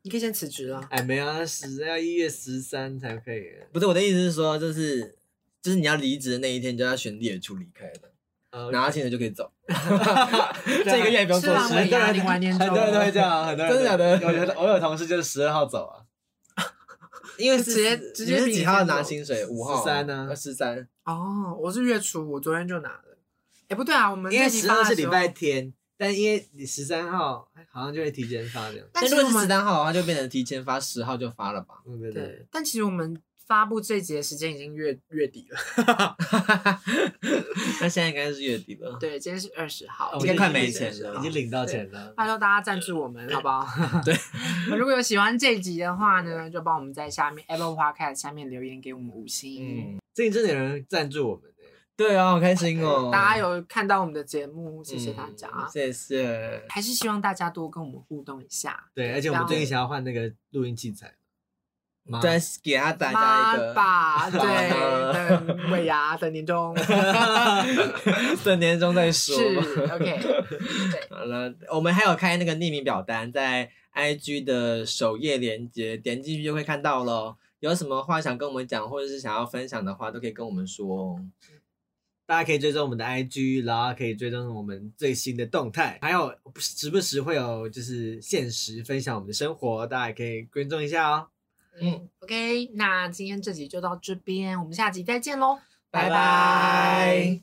[SPEAKER 1] 你可以先辞职了。
[SPEAKER 2] 哎，没啊，十要一月十三才可以。
[SPEAKER 3] 不是我的意思是说，就是就是你要离职的那一天，你就要选列出离开了，
[SPEAKER 2] 呃啊
[SPEAKER 3] 拿到薪水就可以走。
[SPEAKER 1] 啊
[SPEAKER 3] 这一个月也不用
[SPEAKER 1] 吃
[SPEAKER 3] 做
[SPEAKER 1] 完
[SPEAKER 3] 事
[SPEAKER 1] 尾
[SPEAKER 2] 很多
[SPEAKER 1] 牙，
[SPEAKER 2] 人
[SPEAKER 1] 领完年终
[SPEAKER 2] 很，多人都会这样啊，很多人
[SPEAKER 3] 真的假的
[SPEAKER 2] 我觉得我有 同事就是十二号走啊，
[SPEAKER 3] 因为
[SPEAKER 1] 就是直接
[SPEAKER 3] 你
[SPEAKER 1] 直接
[SPEAKER 3] 是
[SPEAKER 1] 比
[SPEAKER 3] 几
[SPEAKER 1] 你
[SPEAKER 3] 号
[SPEAKER 1] 先
[SPEAKER 3] 拿
[SPEAKER 1] 走
[SPEAKER 3] 薪水？五号呃
[SPEAKER 2] 13啊
[SPEAKER 3] 十三。
[SPEAKER 1] 哦，我是月初，我昨天就拿了。哎，不对啊，我们
[SPEAKER 2] 因为
[SPEAKER 1] 这集
[SPEAKER 2] 十
[SPEAKER 1] 发
[SPEAKER 2] 二
[SPEAKER 1] 的
[SPEAKER 2] 是
[SPEAKER 1] 时
[SPEAKER 2] 礼
[SPEAKER 1] 候
[SPEAKER 2] 拜，天，但因为你十三号好像就会提前发这样。
[SPEAKER 1] 但
[SPEAKER 3] 但
[SPEAKER 1] 是
[SPEAKER 3] 如
[SPEAKER 1] 我
[SPEAKER 3] 果是十
[SPEAKER 1] 们
[SPEAKER 3] 三号的话，就变成提前发，十号就发了吧？
[SPEAKER 2] 嗯，对对，
[SPEAKER 1] 对，但其实我们发布这集的时间已经月月底了。
[SPEAKER 3] 那现在应该是月底了。
[SPEAKER 1] 对，今天是二十号，
[SPEAKER 2] 哦
[SPEAKER 3] 应该快没钱
[SPEAKER 2] 已
[SPEAKER 3] 了啊
[SPEAKER 2] 经领到钱了。
[SPEAKER 1] 拜托大家赞助我们，好 不好？
[SPEAKER 3] 对，
[SPEAKER 1] 如果有喜欢这一集的话呢，就帮我们在下面 Apple Podcast 下面留言给我们五星。
[SPEAKER 3] 嗯，
[SPEAKER 2] 最近真的有人赞助我们欸
[SPEAKER 3] 对啊，好开心哦！
[SPEAKER 1] 大家有看到我们的节目，谢谢大家。
[SPEAKER 3] 嗯谢谢。
[SPEAKER 1] 还是希望大家多跟我们互动一下，
[SPEAKER 2] 对，而且我们最近想要换那个录音器材。妈
[SPEAKER 3] 再给他大家
[SPEAKER 1] 妈
[SPEAKER 3] 一 个
[SPEAKER 1] 吧，对，等尾牙，等年 终，
[SPEAKER 3] 等年终再说。
[SPEAKER 1] 是 OK，对，
[SPEAKER 3] 好了，我们还有开那个匿名表单，在 IG 的首页连接点进去就会看到咯。有什么话想跟我们讲，或者是想要分享的话，都可以跟我们说哦。
[SPEAKER 2] 大家可以追踪我们的 IG，然后可以追踪我们最新的动态，还有时哦不时会有就是限时分享我们的生活，大家也可以追踪一下哦。
[SPEAKER 1] 嗯
[SPEAKER 3] 嗯
[SPEAKER 1] ，OK，那今天这集就到这边，我们下集再见喽，
[SPEAKER 3] 拜
[SPEAKER 1] 拜
[SPEAKER 3] 拜